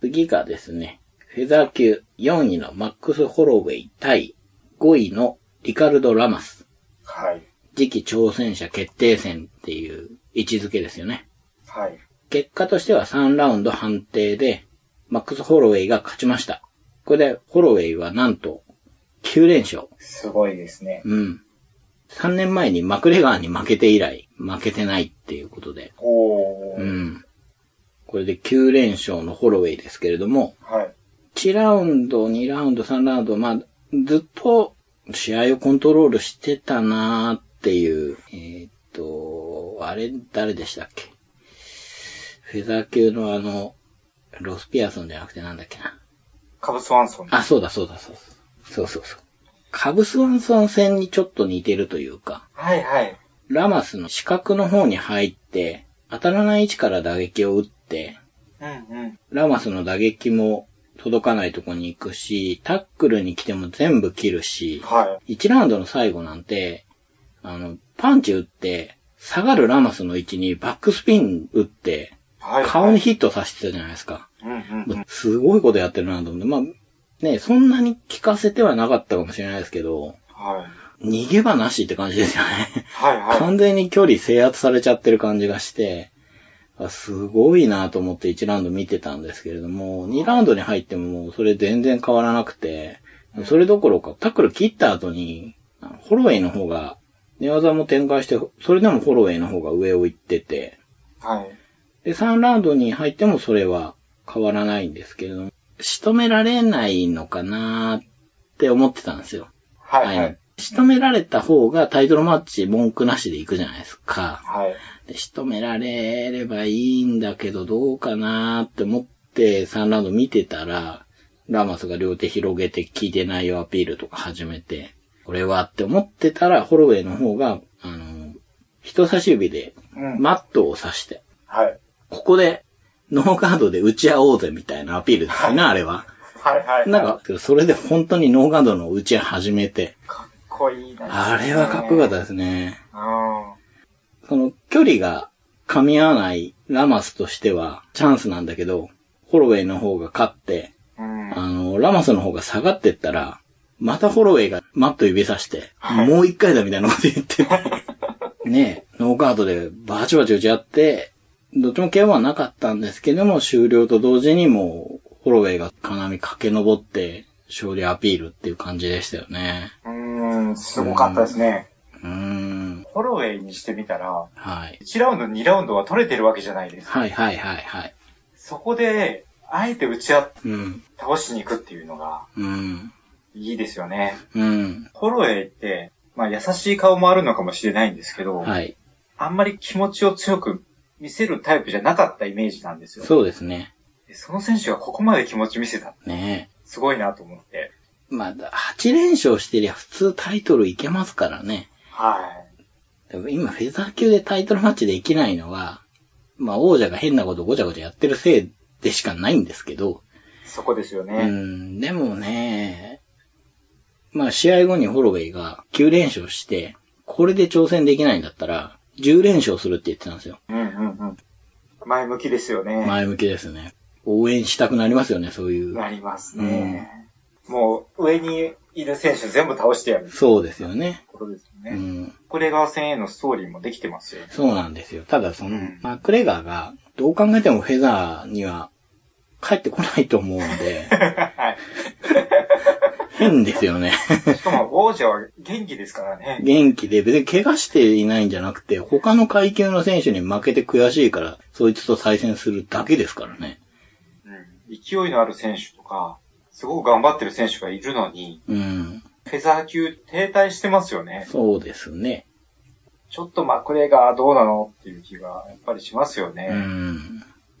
Speaker 1: 次がですね、フェザー級4位のマックス・ホロウェイ対5位のリカルド・ラマス。
Speaker 2: はい。
Speaker 1: 次期挑戦者決定戦っていう位置づけですよね。
Speaker 2: はい。
Speaker 1: 結果としては3ラウンド判定で、マックス・ホロウェイが勝ちました。これで、ホロウェイはなんと、9連勝。
Speaker 2: すごいですね。
Speaker 1: うん。3年前にマクレガーに負けて以来、負けてないっていうことで。
Speaker 2: おー。
Speaker 1: うん。これで9連勝のホロウェイですけれども、
Speaker 2: はい。
Speaker 1: 1ラウンド、2ラウンド、3ラウンド、まあ、ずっと試合をコントロールしてたなーっていう、えーっと、あれ、誰でしたっけフェザー級のあの、ロスピアソンじゃなくてなんだっけな。
Speaker 2: カブスワンソン。
Speaker 1: あ、そうだそうだそうだ。そうそうそう。カブスワンソン戦にちょっと似てるというか、
Speaker 2: はいはい。
Speaker 1: ラマスの四角の方に入って、当たらない位置から打撃を打って、
Speaker 2: うんうん。
Speaker 1: ラマスの打撃も届かないとこに行くし、タックルに来ても全部切るし、
Speaker 2: は
Speaker 1: 1ラウンドの最後なんて、あの、パンチ打って、下がるラマスの位置にバックスピン打って、
Speaker 2: い。はい。
Speaker 1: 顔に。ヒットさせてたじゃないですか。
Speaker 2: うんうんうん。
Speaker 1: すごいことやってるなと思って、まあ、ね、そんなに効かせてはなかったかもしれないですけど、
Speaker 2: はい。
Speaker 1: 逃げ場なしって感じですよね。
Speaker 2: はいはい。
Speaker 1: 完全に距離制圧されちゃってる感じがして、あすごいなと思って1ラウンド見てたんですけれども、2ラウンドに入ってももうそれ全然変わらなくて、それどころかタックル切った後に、あのホロウェイの方が、寝技も展開して、それでもホロウェイの方が上を行ってて、
Speaker 2: はい。
Speaker 1: で、3ラウンドに入ってもそれは変わらないんですけれども、仕留められないのかなーって思ってたんですよ。
Speaker 2: はいは
Speaker 1: はいい。仕留められた方がタイトルマッチ文句なしで行くじゃないですか。
Speaker 2: はい。
Speaker 1: で仕留められればいいんだけどどうかなーって思って3ラウンド見てたら、ラマスが両手広げて聞いてないよアピールとか始めて、これはって思ってたら、ホロウェイの方が、あの、人差し指で
Speaker 2: うん。
Speaker 1: マットを刺して、
Speaker 2: はい。
Speaker 1: ここでノーガードで打ち合おうぜみたいなアピールですよね、あれは。
Speaker 2: はいはい。
Speaker 1: なんか、それで本当にノーガードの打ち合い始めて、
Speaker 2: かっこいいな、
Speaker 1: あれはかっこよかった
Speaker 2: っ
Speaker 1: ですね。
Speaker 2: た。うん。
Speaker 1: その距離が噛み合わないラマスとしてはチャンスなんだけど、ホロウェイの方が勝って、
Speaker 2: うん。
Speaker 1: あの、ラマスの方が下がってったら、またホロウェイがマット指さして、
Speaker 2: はい
Speaker 1: もう一回だみたいなこと言
Speaker 2: [laughs]
Speaker 1: って、ねえ、ノーガードでバチバチ打ち合って、どっちも KO はなかったんですけども、終了と同時にもう、ホロウェイが金網駆け上って、勝利アピールっていう感じでしたよね。
Speaker 2: うん、すごかったですね。
Speaker 1: うーん。
Speaker 2: ホロウェイにしてみたら、
Speaker 1: はい。
Speaker 2: 1ラウンド、2ラウンドは取れてるわけじゃないですか。
Speaker 1: はいはいはいはい。
Speaker 2: そこで、あえて打ち合って
Speaker 1: うん。
Speaker 2: 倒しに行くっていうのが、
Speaker 1: うん。
Speaker 2: いいですよね。
Speaker 1: うん。
Speaker 2: ホロウェイって、まあ優しい顔もあるのかもしれないんですけど、
Speaker 1: はい。
Speaker 2: あんまり気持ちを強く見せるタイプじゃなかったイメージなんですよ。
Speaker 1: そうですね。
Speaker 2: でその選手がここまで気持ち見せた。
Speaker 1: ね
Speaker 2: すごいなと思って。
Speaker 1: え。まあ、8連勝してりゃ普通タイトルいけますからね。
Speaker 2: は
Speaker 1: でも今、フェザー級でタイトルマッチできないのは、まあ、王者が変なことごちゃごちゃやってるせいでしかないんですけど、
Speaker 2: そこですよ
Speaker 1: う
Speaker 2: ね。
Speaker 1: ん、でもね、まあ、試合後にホロウェイが9連勝して、これで挑戦できないんだったら、10連勝するって言ってたんですよ。
Speaker 2: うん、うん、うん。前向きですよね。
Speaker 1: 前向きですね。応援したくなりますよね、そういう。
Speaker 2: なりますね。もう、上にいる選手全部倒してやるって
Speaker 1: そうですよね。
Speaker 2: ことですよ
Speaker 1: う
Speaker 2: ね。
Speaker 1: ん。
Speaker 2: クレガー戦へのストーリーもできてますよね。
Speaker 1: そうなんですよ。ただその、
Speaker 2: うん
Speaker 1: マクレガーが、どう考えてもフェザーには帰ってこないと思うんで、 [laughs]
Speaker 2: [laughs] は
Speaker 1: 変ですよね。 [laughs]
Speaker 2: い。しかも、王者は元気ですからね。
Speaker 1: 元気で、別に怪我していないんじゃなくて、他の階級の選手に負けて悔しいから、そいつと対戦するだけですからね。
Speaker 2: うん。勢いのある選手とか、すごく頑張ってる選手がいるのに、
Speaker 1: うん。
Speaker 2: フェザー級停滞してますよね。
Speaker 1: そうですね。
Speaker 2: ちょっとマクレガーどうなのっていう気がやっぱりしますよ
Speaker 1: う
Speaker 2: ね。
Speaker 1: ん。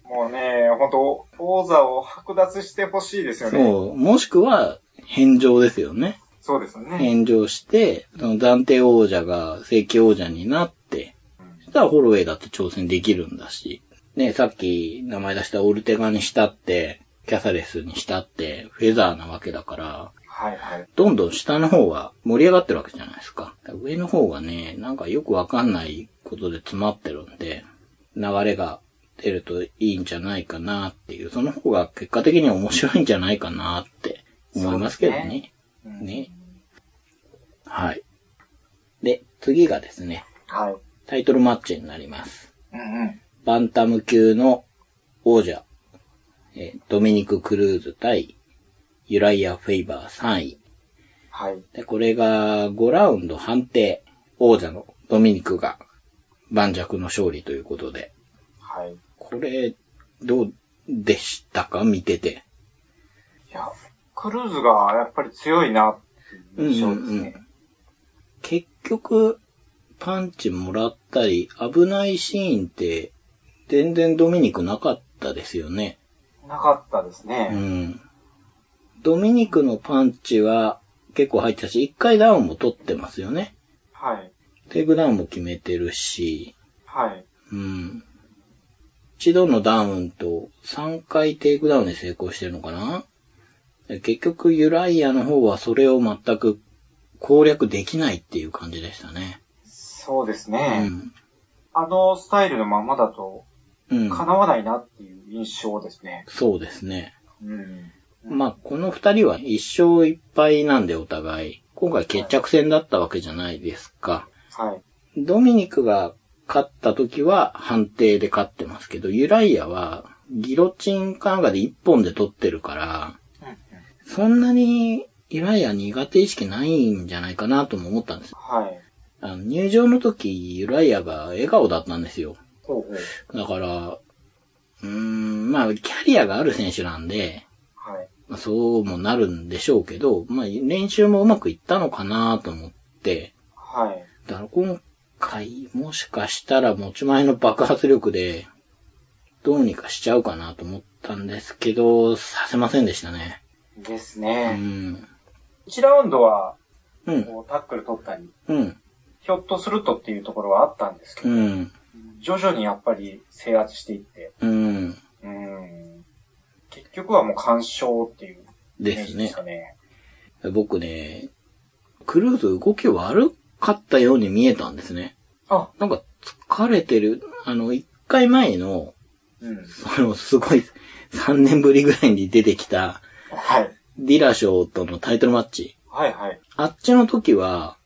Speaker 2: もうね、本当王座を剥奪してほしいですよね。そう
Speaker 1: そう。もしくは、返上ですよね。
Speaker 2: ですよね。
Speaker 1: 返上して、その暫定王者が正規王者になって、
Speaker 2: うん
Speaker 1: そしたらホロウェイだって挑戦できるんだし、ね、さっき名前出したオルテガにしたって、キャサレスにしたって、フェザーなわけだから、
Speaker 2: はいはい。
Speaker 1: どんどん下の方は盛り上がってるわけじゃないですか。上の方がね、なんかよくわかんないことで詰まってるんで、流れが出るといいんじゃないかなっていう、その方が結果的に面白いんじゃないかなって思いますけど
Speaker 2: そうです
Speaker 1: ね
Speaker 2: うん
Speaker 1: ねはい。で、次がですね、
Speaker 2: はい。
Speaker 1: タイトルマッチになります。
Speaker 2: うんうん。
Speaker 1: バンタム級の王者、えードミニク・クルーズ対ユライア・フェイバー3位。
Speaker 2: はい。
Speaker 1: で、これが5ラウンド判定、王者のドミニクが盤石の勝利ということで、
Speaker 2: はい。い
Speaker 1: これ、どうでしたか見てて。
Speaker 2: や、クルーズがやっぱり強いなっていう印象ですね。
Speaker 1: うんうん結局、パンチもらったり、危ないシーンって、全然ドミニクなかったですよね。
Speaker 2: なかったですね。
Speaker 1: うん。ドミニクのパンチは結構入ってたし、一回ダウンも取ってますよね。
Speaker 2: はい。
Speaker 1: テイクダウンも決めてるし、
Speaker 2: はい。
Speaker 1: うん。一度のダウンと3回テイクダウンで成功してるのかなで結局ユライアの方はそれを全く攻略できないっていう感じでしたね。
Speaker 2: そうです
Speaker 1: う
Speaker 2: ね。
Speaker 1: ん。
Speaker 2: あのスタイルのままだと、
Speaker 1: うん。
Speaker 2: 叶わないなっていう印象ですね。
Speaker 1: そうですね。
Speaker 2: うん。
Speaker 1: まあ、この二人は一勝一敗なんでお互い。今回決着戦だったわけじゃないですか。
Speaker 2: はい。
Speaker 1: ドミニクが勝った時は判定で勝ってますけど、ユライアはギロチンかなんかで一本で取ってるから、
Speaker 2: うんうん
Speaker 1: そんなにユライア苦手意識ないんじゃないかなとも思ったんです。
Speaker 2: はい。
Speaker 1: あの入場の時、ユライアが笑顔だったんですよ。
Speaker 2: ほうほう。
Speaker 1: だから、うーん、まあ、キャリアがある選手なんで、
Speaker 2: はい。
Speaker 1: まあそうもなるんでしょうけど、まあ、練習もうまくいったのかなと思って、
Speaker 2: はい。
Speaker 1: だから今回、もしかしたら持ち前の爆発力で、どうにかしちゃうかなと思ったんですけど、させませんでしたね。
Speaker 2: です
Speaker 1: う
Speaker 2: ね。
Speaker 1: ん。
Speaker 2: 1ラウンドは、
Speaker 1: うん。
Speaker 2: こうタックル取ったり、
Speaker 1: うん。
Speaker 2: ひょっとするとっていうところはあったんですけ
Speaker 1: う
Speaker 2: ど、
Speaker 1: ん。
Speaker 2: 徐々にやっぱり制圧していって、
Speaker 1: うん。
Speaker 2: うん。結局はもう干渉っていうイメ
Speaker 1: で
Speaker 2: ー
Speaker 1: す
Speaker 2: ジで
Speaker 1: ね
Speaker 2: す。かね。
Speaker 1: 僕ね、クルーズ動き悪かったように見えたんですね。
Speaker 2: あ、
Speaker 1: なんか疲れてる。あの、一回前の、
Speaker 2: うん。
Speaker 1: そのすごい3年ぶりぐらいに出てきた
Speaker 2: はい。
Speaker 1: ディラショーとのタイトルマッチ。
Speaker 2: はいはい。
Speaker 1: あっちの時は、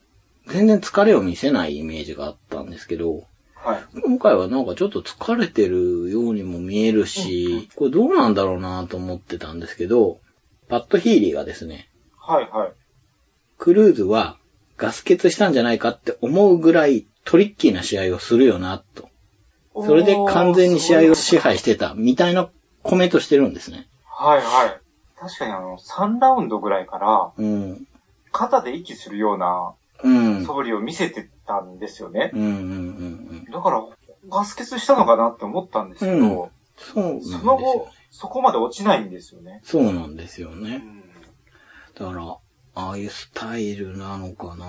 Speaker 1: 全然疲れを見せないイメージがあったんですけど、
Speaker 2: はい。
Speaker 1: 今回はなんかちょっと疲れてるようにも見えるし、これどうなんだろうなと思ってたんですけど、パッドヒーリーがですね、
Speaker 2: はいはい。
Speaker 1: クルーズはガス欠したんじゃないかって思うぐらいトリッキーな試合をするよなと。それで完全に試合を支配してたみたいなコメントしてるんですね。
Speaker 2: はいはい。確かにあの、3ラウンドぐらいから、
Speaker 1: うん。
Speaker 2: 肩で息するような
Speaker 1: うん。うん
Speaker 2: 素振りを見せてたんですよね。
Speaker 1: うんうんうん。
Speaker 2: だから、ガス欠したのかなって思ったんですけど、
Speaker 1: そうなんです
Speaker 2: そ
Speaker 1: よ
Speaker 2: の後、そこまで落ちないんですよね。
Speaker 1: そうなんですよね。
Speaker 2: うん
Speaker 1: だから、ああいうスタイルなのかな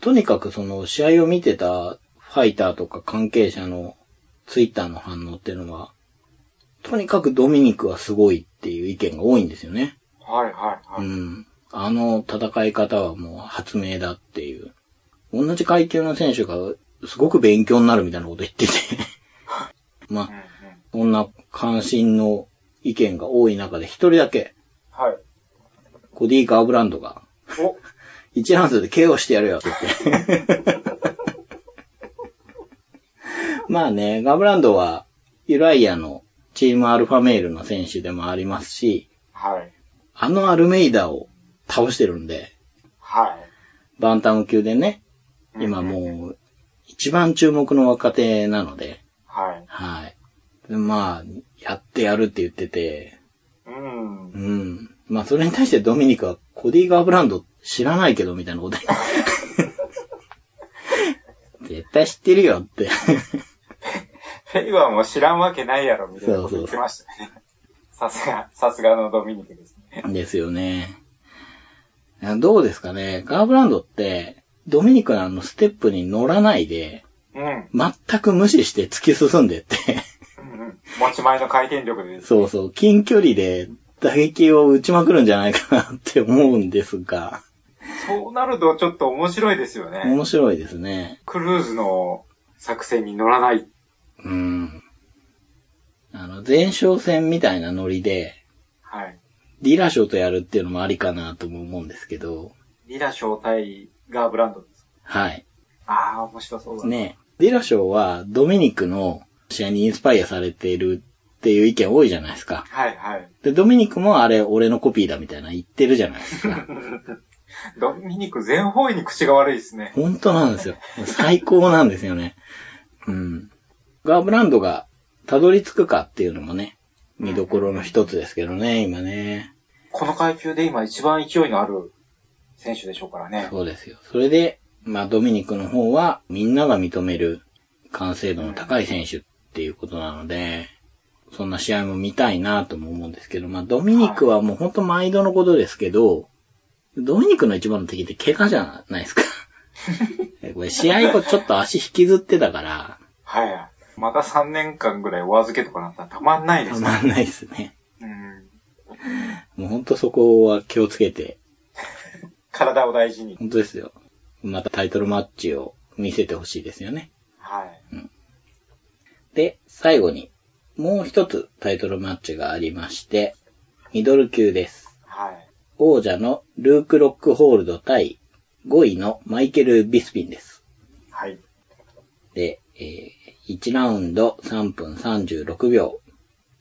Speaker 1: とにかくその試合を見てたファイターとか関係者のツイッターの反応っていうのは、とにかくドミニクはすごいっていう意見が多いんですよね。
Speaker 2: はいはいは
Speaker 1: う
Speaker 2: い。
Speaker 1: ん。あの戦い方はもう発明だっていう。同じ階級の選手がすごく勉強になるみたいなこと言ってて。 [laughs] まあ
Speaker 2: うん、うん
Speaker 1: そんな関心の意見が多い中で一人だけ、
Speaker 2: はい。
Speaker 1: コディ・ガーブランドが、
Speaker 2: お、
Speaker 1: 一ラウンドで KO してやるよって言って。まあね、ガーブランドは、ユライアのチームアルファメールの選手でもありますし、
Speaker 2: はい。
Speaker 1: あのアルメイダを倒してるんで、
Speaker 2: はい。
Speaker 1: バンタム級でね、
Speaker 2: うん
Speaker 1: 今もう、一番注目の若手なので、
Speaker 2: はい。
Speaker 1: はい。でまあ、やってやるって言ってて、
Speaker 2: うん。
Speaker 1: うん。まあ、それに対してドミニクは、コディ・ガーブランド知らないけど、みたいなこと言って絶対知ってるよって。 [laughs]
Speaker 2: フェイはもう知らんわけないやろ、みたいなこと言ってましたね。さすが、さすがのドミニクですね。
Speaker 1: ですよね。どうですかね。ガーブランドって、ドミニクのあのステップに乗らないで、
Speaker 2: うん。うん
Speaker 1: 全く無視して突き進んでって。 [laughs]
Speaker 2: うん。持ち前の回転力でです。
Speaker 1: そうそう、近距離で打撃を打ちまくるんじゃないかなって思うんですが、
Speaker 2: そうなるとちょっと面白いですよね。
Speaker 1: 面白いですね。
Speaker 2: クルーズの作戦に乗らない。
Speaker 1: うん。あの、前哨戦みたいなノリで、
Speaker 2: はい。
Speaker 1: ディーラー賞とやるっていうのもありかなとも思うんですけど、
Speaker 2: リラ招待ガーブランドです。
Speaker 1: はい。
Speaker 2: ああ、面白そうだ。。
Speaker 1: ね、ディーラー賞はドミニクの試合にインスパイアされているっていう意見多いじゃないですか。
Speaker 2: はいはい。
Speaker 1: で、ドミニクもあれ俺のコピーだみたいな言ってるじゃないですか。
Speaker 2: ドミニク全方位に口が悪いですね。
Speaker 1: 本当なんですよ。最高なんですよね。うん。ガーブランドがたどり着くかっていうのもね、見どころの一つですけどね、今ね。
Speaker 2: この階級で今一番勢いのある選手でしょうからね。
Speaker 1: そうですよ。それで、まあドミニクの方はみんなが認める完成度の高い選手っていうことなので、そんな試合も見たいなとも思うんですけど、まあドミニクはもう本当毎度のことですけど、ドミニクの一番の敵って怪我じゃないですか。 [laughs] これ試合後ちょっと足引きずってたから、
Speaker 2: はい。また3年間ぐらいお預けとかなったらたまんないで
Speaker 1: た
Speaker 2: す
Speaker 1: ま
Speaker 2: ね。
Speaker 1: んないですね。
Speaker 2: うん。
Speaker 1: もうほんとそこは気をつけて、
Speaker 2: 体を大事に。
Speaker 1: ほんとですよ。またタイトルマッチを見せてほしいですよね。
Speaker 2: はい。
Speaker 1: で、最後に、もう一つタイトルマッチがありまして、ミドル級です。
Speaker 2: はい。
Speaker 1: 王者のルーク・ロックホールド対5位のマイケル・ビスピンです。
Speaker 2: はい。
Speaker 1: で、えー1ラウンド3分36秒。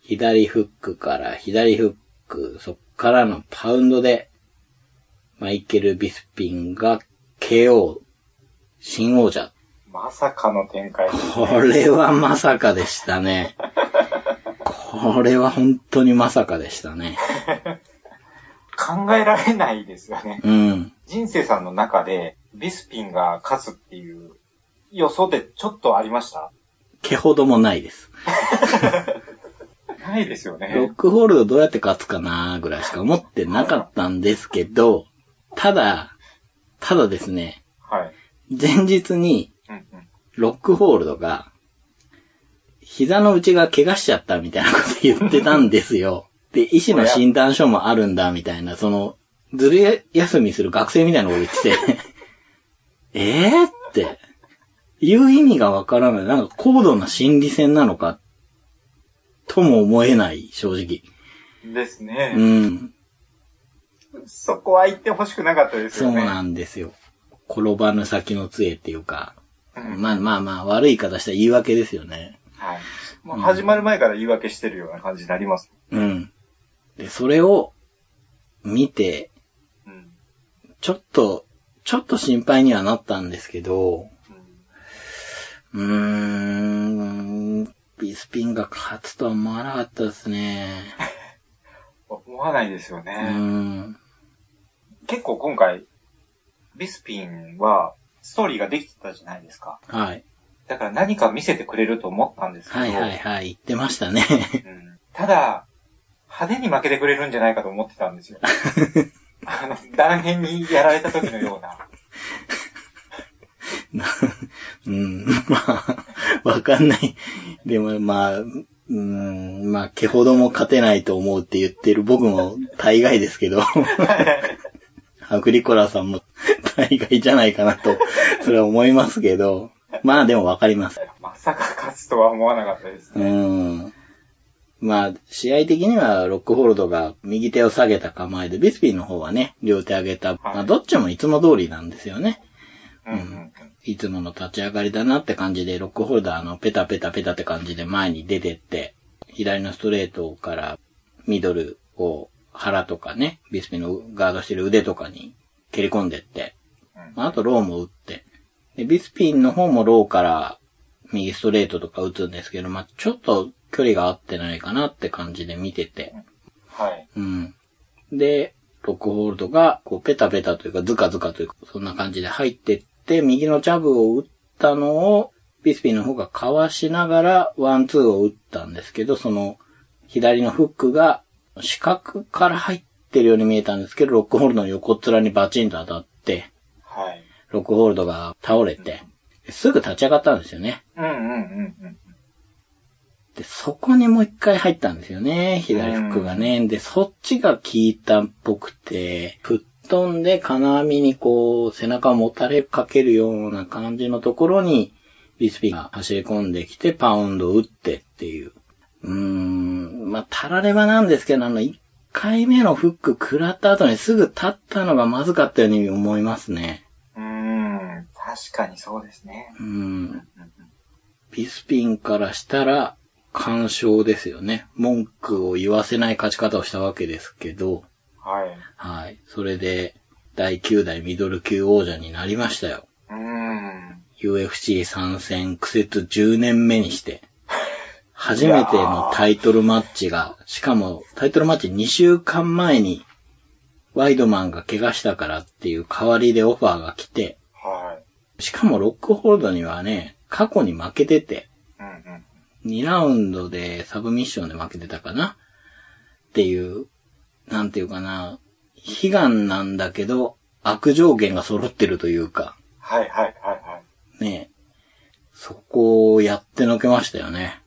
Speaker 1: 左フックから左フック、そっからのパウンドで、マイケル・ビスピンが KO、新王者。
Speaker 2: まさかの
Speaker 1: [laughs]
Speaker 2: 展開。
Speaker 1: これはまさかでしたね。これは本当にまさかでしたね。
Speaker 2: 考えられないですよね。
Speaker 1: うん。
Speaker 2: 人生さんの中で、ビスピンが勝つっていう予想ってちょっとありました
Speaker 1: 毛ほどもないです。
Speaker 2: ないですよ
Speaker 1: ロ
Speaker 2: ね
Speaker 1: ッ。クホールドどうやって勝つかなぐらいしか思ってなかったんですけど、ただ、ただですね、
Speaker 2: はい。
Speaker 1: 前日に
Speaker 2: うんうん。
Speaker 1: ロックホールドが、膝の内が怪我しちゃったみたいなこと言ってたんです
Speaker 2: [laughs]
Speaker 1: よ。で、医師の診断書もあるんだみたいな、その、ずる休みする学生みたいなこと言ってて、 [laughs] えーって、言う意味がわからない。なんか高度な心理戦なのか、とも思えない、正直。
Speaker 2: ですね。
Speaker 1: うん。
Speaker 2: そこは言ってほしくなかったです
Speaker 1: そ
Speaker 2: よ
Speaker 1: う
Speaker 2: ね。
Speaker 1: なんですよ。転ばぬ先の杖っていうか、
Speaker 2: うん
Speaker 1: まあまあまあ、悪い言い方したら言い訳ですよね。
Speaker 2: はい。もう始まる前から言い訳してるような感じになります。
Speaker 1: うん。で、それを見て、
Speaker 2: うん。
Speaker 1: ちょっと、ちょっと心配にはなったんですけど、う
Speaker 2: うん
Speaker 1: ーん、ビスピンが勝つとは思わなかったですね。
Speaker 2: 思わないですよ
Speaker 1: う
Speaker 2: ね。
Speaker 1: ん。
Speaker 2: 結構今回、ビスピンは、ストーリーができてたじゃないですか。
Speaker 1: はい。
Speaker 2: だから何か見せてくれると思ったんですけど、
Speaker 1: はいはいはい、言ってましたね。 [laughs]
Speaker 2: うんただ、派手に負けてくれるんじゃないかと思ってたんですよ。あの、断片にやられた時のような。
Speaker 1: なうん、 [laughs] まあ、わかんない。でも、まあ、うん、まあ、毛ほども勝てないと思うって言ってる僕も大概ですけど、アグリコラさんも大概じゃないかなと、それは思いますけど、まあでもわかります。
Speaker 2: まさか勝つとは思わなかったです
Speaker 1: う
Speaker 2: ね。
Speaker 1: ん。まあ、試合的にはロックホールドが右手を下げた構えで、ビスピンの方はね、両手上げた。まあ、どっちもいつも通りなんですよね。
Speaker 2: うんうん
Speaker 1: いつもの立ち上がりだなって感じで、ロックホルダーのペタペタペタって感じで前に出てって、左のストレートからミドルを腹とかね、ビスピのガードしてる腕とかに蹴り込んでって、
Speaker 2: うん。
Speaker 1: まああとローも打って。で、ビスピンの方もローから右ストレートとか打つんですけど、まあちょっと距離が合ってないかなって感じで見てて。
Speaker 2: はい。
Speaker 1: うん。で、ロックホールドが、こう、ペタペタというか、ズカズカというか、そんな感じで入ってって、右のジャブを打ったのを、ビスピンの方がかわしながら、ワンツーを打ったんですけど、その、左のフックが、四角から入ってるように見えたんですけど、ロックホールドの横っ面にバチンと当たって、
Speaker 2: はい。
Speaker 1: ロックホールドが倒れて、すぐ立ち上がったんですよね。
Speaker 2: うんうんうんうん。
Speaker 1: で、そこにもう一回入ったんですよね、左フックがね。で、そっちが効いたっぽくて、吹っ飛んで金網にこう、背中もたれかけるような感じのところに、ビスピンが走り込んできて、パウンドを打ってっていう。うーん、まあ、たらればなんですけど、あの、1回目のフック食らった後にすぐ立ったのがまずかったように思いますね。
Speaker 2: うーん、確かにそうですね。
Speaker 1: うん、
Speaker 2: うんうん
Speaker 1: ビスピンからしたら、干渉ですよね。文句を言わせない勝ち方をしたわけですけど、
Speaker 2: はい。
Speaker 1: はい。それで、第9代ミドル級王者になりましたよ。
Speaker 2: うーん。
Speaker 1: UFC 参戦苦節10年目にして、初めてのタイトルマッチが、しかもタイトルマッチ2週間前に、ワイドマンが怪我したからっていう代わりでオファーが来て、
Speaker 2: はい。
Speaker 1: しかもロックホールドにはね、過去に負けてて、
Speaker 2: うんうん。
Speaker 1: 2ラウンドでサブミッションで負けてたかなっていう、なんていうかな、悲願なんだけど、悪条件が揃ってるというか、
Speaker 2: はいはいはいはい。
Speaker 1: ねそこをやってのけましたよね。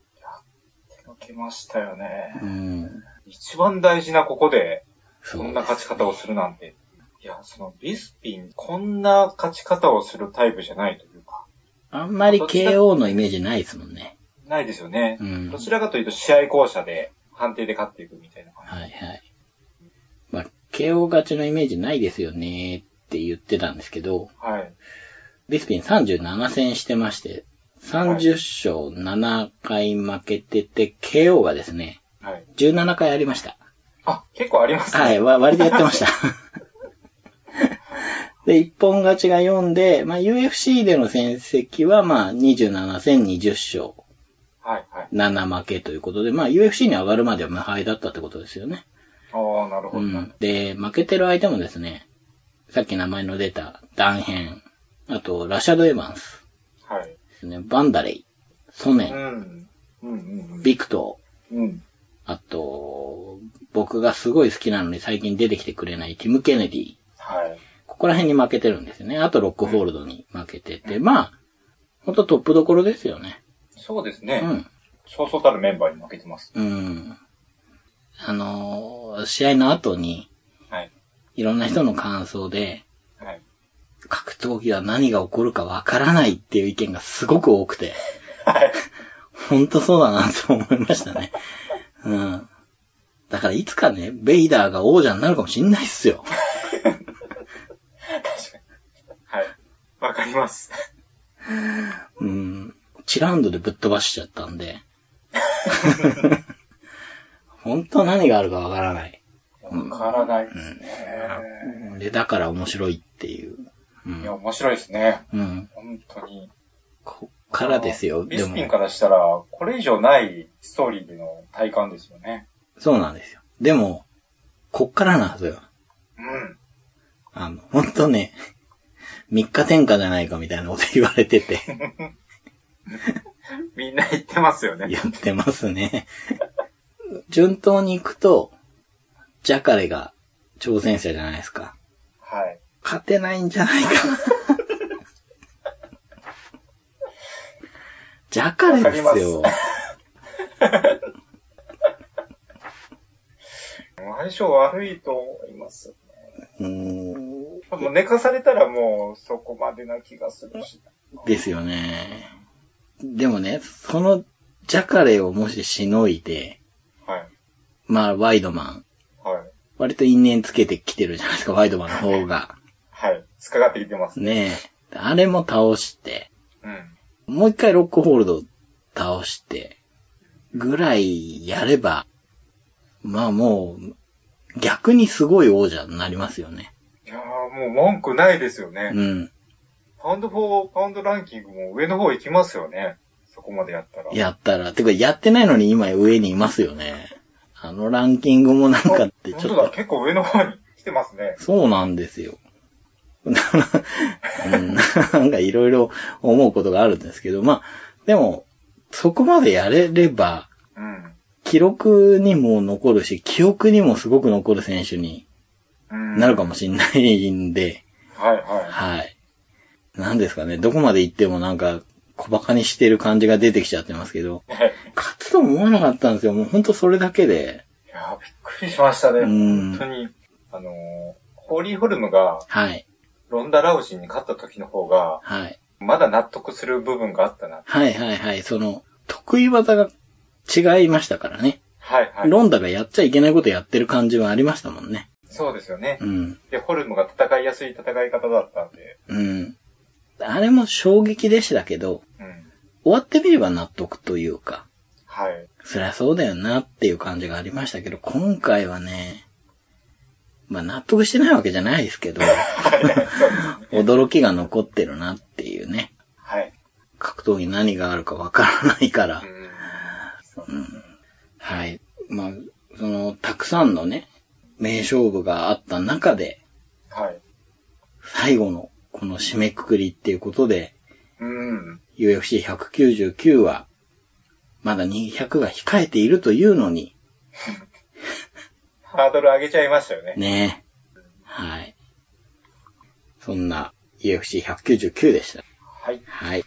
Speaker 2: 手抜けましたよね。
Speaker 1: うん。
Speaker 2: 一番大事なここで、
Speaker 1: そ
Speaker 2: こ
Speaker 1: うん
Speaker 2: な。勝ち方をするなんて。いや、そのビスピン、こんな勝ち方をするタイプじゃないというか、
Speaker 1: あんまり KO のイメージないですもんね。
Speaker 2: ないですよね
Speaker 1: う。ん。
Speaker 2: どちらかというと試合巧者で判定で勝っていくみたいな感
Speaker 1: はいはい。まあ、KO 勝ちのイメージないですよねって言ってたんですけど、
Speaker 2: じ。はい。
Speaker 1: ビスピン37戦してまして、30勝7回負けてて、KO がですね、
Speaker 2: はい。
Speaker 1: 17回ありました。
Speaker 2: あ、結構ありますね。
Speaker 1: はい、わ割とやってま [laughs] した。で、一本勝ちが4で、まあ、UFC での戦績は、まあ、27戦20勝、
Speaker 2: はい、はい。
Speaker 1: 7負けということで、まあ、UFC に上がるまでは無敗だったってことですよね。
Speaker 2: ああ、なるほ
Speaker 1: う
Speaker 2: ど。
Speaker 1: ん。で、負けてる相手もですね、さっき名前の出た、ダンヘン、あと、ラシャド・エヴァンス、
Speaker 2: はい。
Speaker 1: ですね、バンダレイ、ソネン
Speaker 2: う、ん。うんうん
Speaker 1: ビクト
Speaker 2: うん。うん。
Speaker 1: ー、あと、僕がすごい好きなのに最近出てきてくれないティム・ケネディ。
Speaker 2: はい。
Speaker 1: ここら辺に負けてるんですよね。あとロックホールドに負けてて、まあ、ほんとトップどころですよね。
Speaker 2: そうです
Speaker 1: う
Speaker 2: ね。
Speaker 1: ん。
Speaker 2: そうそうたるメンバーに負けてます。
Speaker 1: うん。あのー試合の後に、
Speaker 2: はい。
Speaker 1: いろんな人の感想で、
Speaker 2: はい。
Speaker 1: 格闘技は何が起こるかわからないっていう意見がすごく多くて、
Speaker 2: はい。
Speaker 1: ほんとそうだなと思いましたね。うん。だからいつかね、ベイダーが王者になるかもしんないっすよ。
Speaker 2: 確かに。はい。わかります。
Speaker 1: うん。1ラウンドでぶっ飛ばしちゃったんで。本当何があるかわからない。
Speaker 2: わからないですね。
Speaker 1: で、だから面白いっていう。う
Speaker 2: いや、
Speaker 1: ん。
Speaker 2: 面白いですね。
Speaker 1: うん。
Speaker 2: 本当に。
Speaker 1: こっからですよ。
Speaker 2: ビ
Speaker 1: で
Speaker 2: ス
Speaker 1: も
Speaker 2: ピン、からしたら、これ以上ないストーリーでの体感ですよね。
Speaker 1: そうなんですよ。でも、こっからなんですよ。
Speaker 2: うん。
Speaker 1: あの、本当ね、3日天下じゃないかみたいなこと言われて
Speaker 2: [laughs]
Speaker 1: て、
Speaker 2: みんな言ってますよね。
Speaker 1: 言ってますね。順当に行くと、ジャカレが挑戦者じゃないですか。
Speaker 2: はい。
Speaker 1: 勝てないんじゃない
Speaker 2: [laughs]
Speaker 1: かな。ジャカレですよ
Speaker 2: わ。相性悪いと思います。
Speaker 1: うーん。
Speaker 2: もう寝かされたらもうそこまでな気がするし。
Speaker 1: ですよね。でもね、そのジャカレをもししのいで、
Speaker 2: はい。
Speaker 1: まあ、ワイドマン。
Speaker 2: はい。
Speaker 1: 割と因縁つけてきてるじゃないですか、ワイドマンの方が。
Speaker 2: はい。つかかってきてます。
Speaker 1: ねえ。あれも倒して、
Speaker 2: うん。
Speaker 1: もう一回ロックホールド倒して、ぐらいやれば、まあもう、逆にすごい王者になりますよね。
Speaker 2: いやーもう文句ないですよね。
Speaker 1: うん。
Speaker 2: パウンド4、パウンドランキングも上の方行きますよね。そこまでやったら。
Speaker 1: やったら、てかやってないのに今上にいますよね。あのランキングもなんかって
Speaker 2: 本
Speaker 1: ちょ
Speaker 2: 当
Speaker 1: っ
Speaker 2: だ、
Speaker 1: と、
Speaker 2: 結構上の方に来てますね。
Speaker 1: そうなんですよ。 [laughs] うんなんかいろいろ思うことがあるんですけど、まあ、でも、そこまでやれれば、
Speaker 2: うん。
Speaker 1: 記録にも残るし、記憶にもすごく残る選手に
Speaker 2: うん。
Speaker 1: なるかもしんないんで、
Speaker 2: はいは
Speaker 1: はい。なんですかね、どこまで行ってもなんか、小馬鹿にしてる感じが出てきちゃってますけど、
Speaker 2: い。はい。
Speaker 1: 勝つとも思わなかったんですよ。もうほんとそれだけで。
Speaker 2: いやーびっくりしましたね。
Speaker 1: うん
Speaker 2: 本当に。あのーホーリーホルムが
Speaker 1: はい。
Speaker 2: ロンダ・ラウジンに勝った時の方が、
Speaker 1: はい。
Speaker 2: まだ納得する部分があったな。
Speaker 1: はいはいはい。その、得意技が違いましたからね。
Speaker 2: はいはい。
Speaker 1: ロンダがやっちゃいけないことやってる感じはありましたもんね。
Speaker 2: そうですよね
Speaker 1: う。ん。
Speaker 2: で、ホルムが戦いやすい戦い方だったんで。
Speaker 1: うん。あれも衝撃でしたけど、
Speaker 2: うん。
Speaker 1: 終わってみれば納得というか、
Speaker 2: はい。
Speaker 1: そりゃそうだよなっていう感じがありましたけど、今回はね、まあ納得してないわけじゃないですけど、驚きが残ってるなっていうね。
Speaker 2: はい。
Speaker 1: 格闘技何があるかわからないから
Speaker 2: う、ん。
Speaker 1: はい。まあ、その、たくさんのね、名勝負があった中で、
Speaker 2: はい。
Speaker 1: 最後のこの締めくくりっていうことで、
Speaker 2: うん。
Speaker 1: UFC199 は、まだ200が控えているというのに、
Speaker 2: ハードル上げちゃいましたよね。
Speaker 1: ねはい。そんな UFC199 でした。
Speaker 2: はい。
Speaker 1: はい。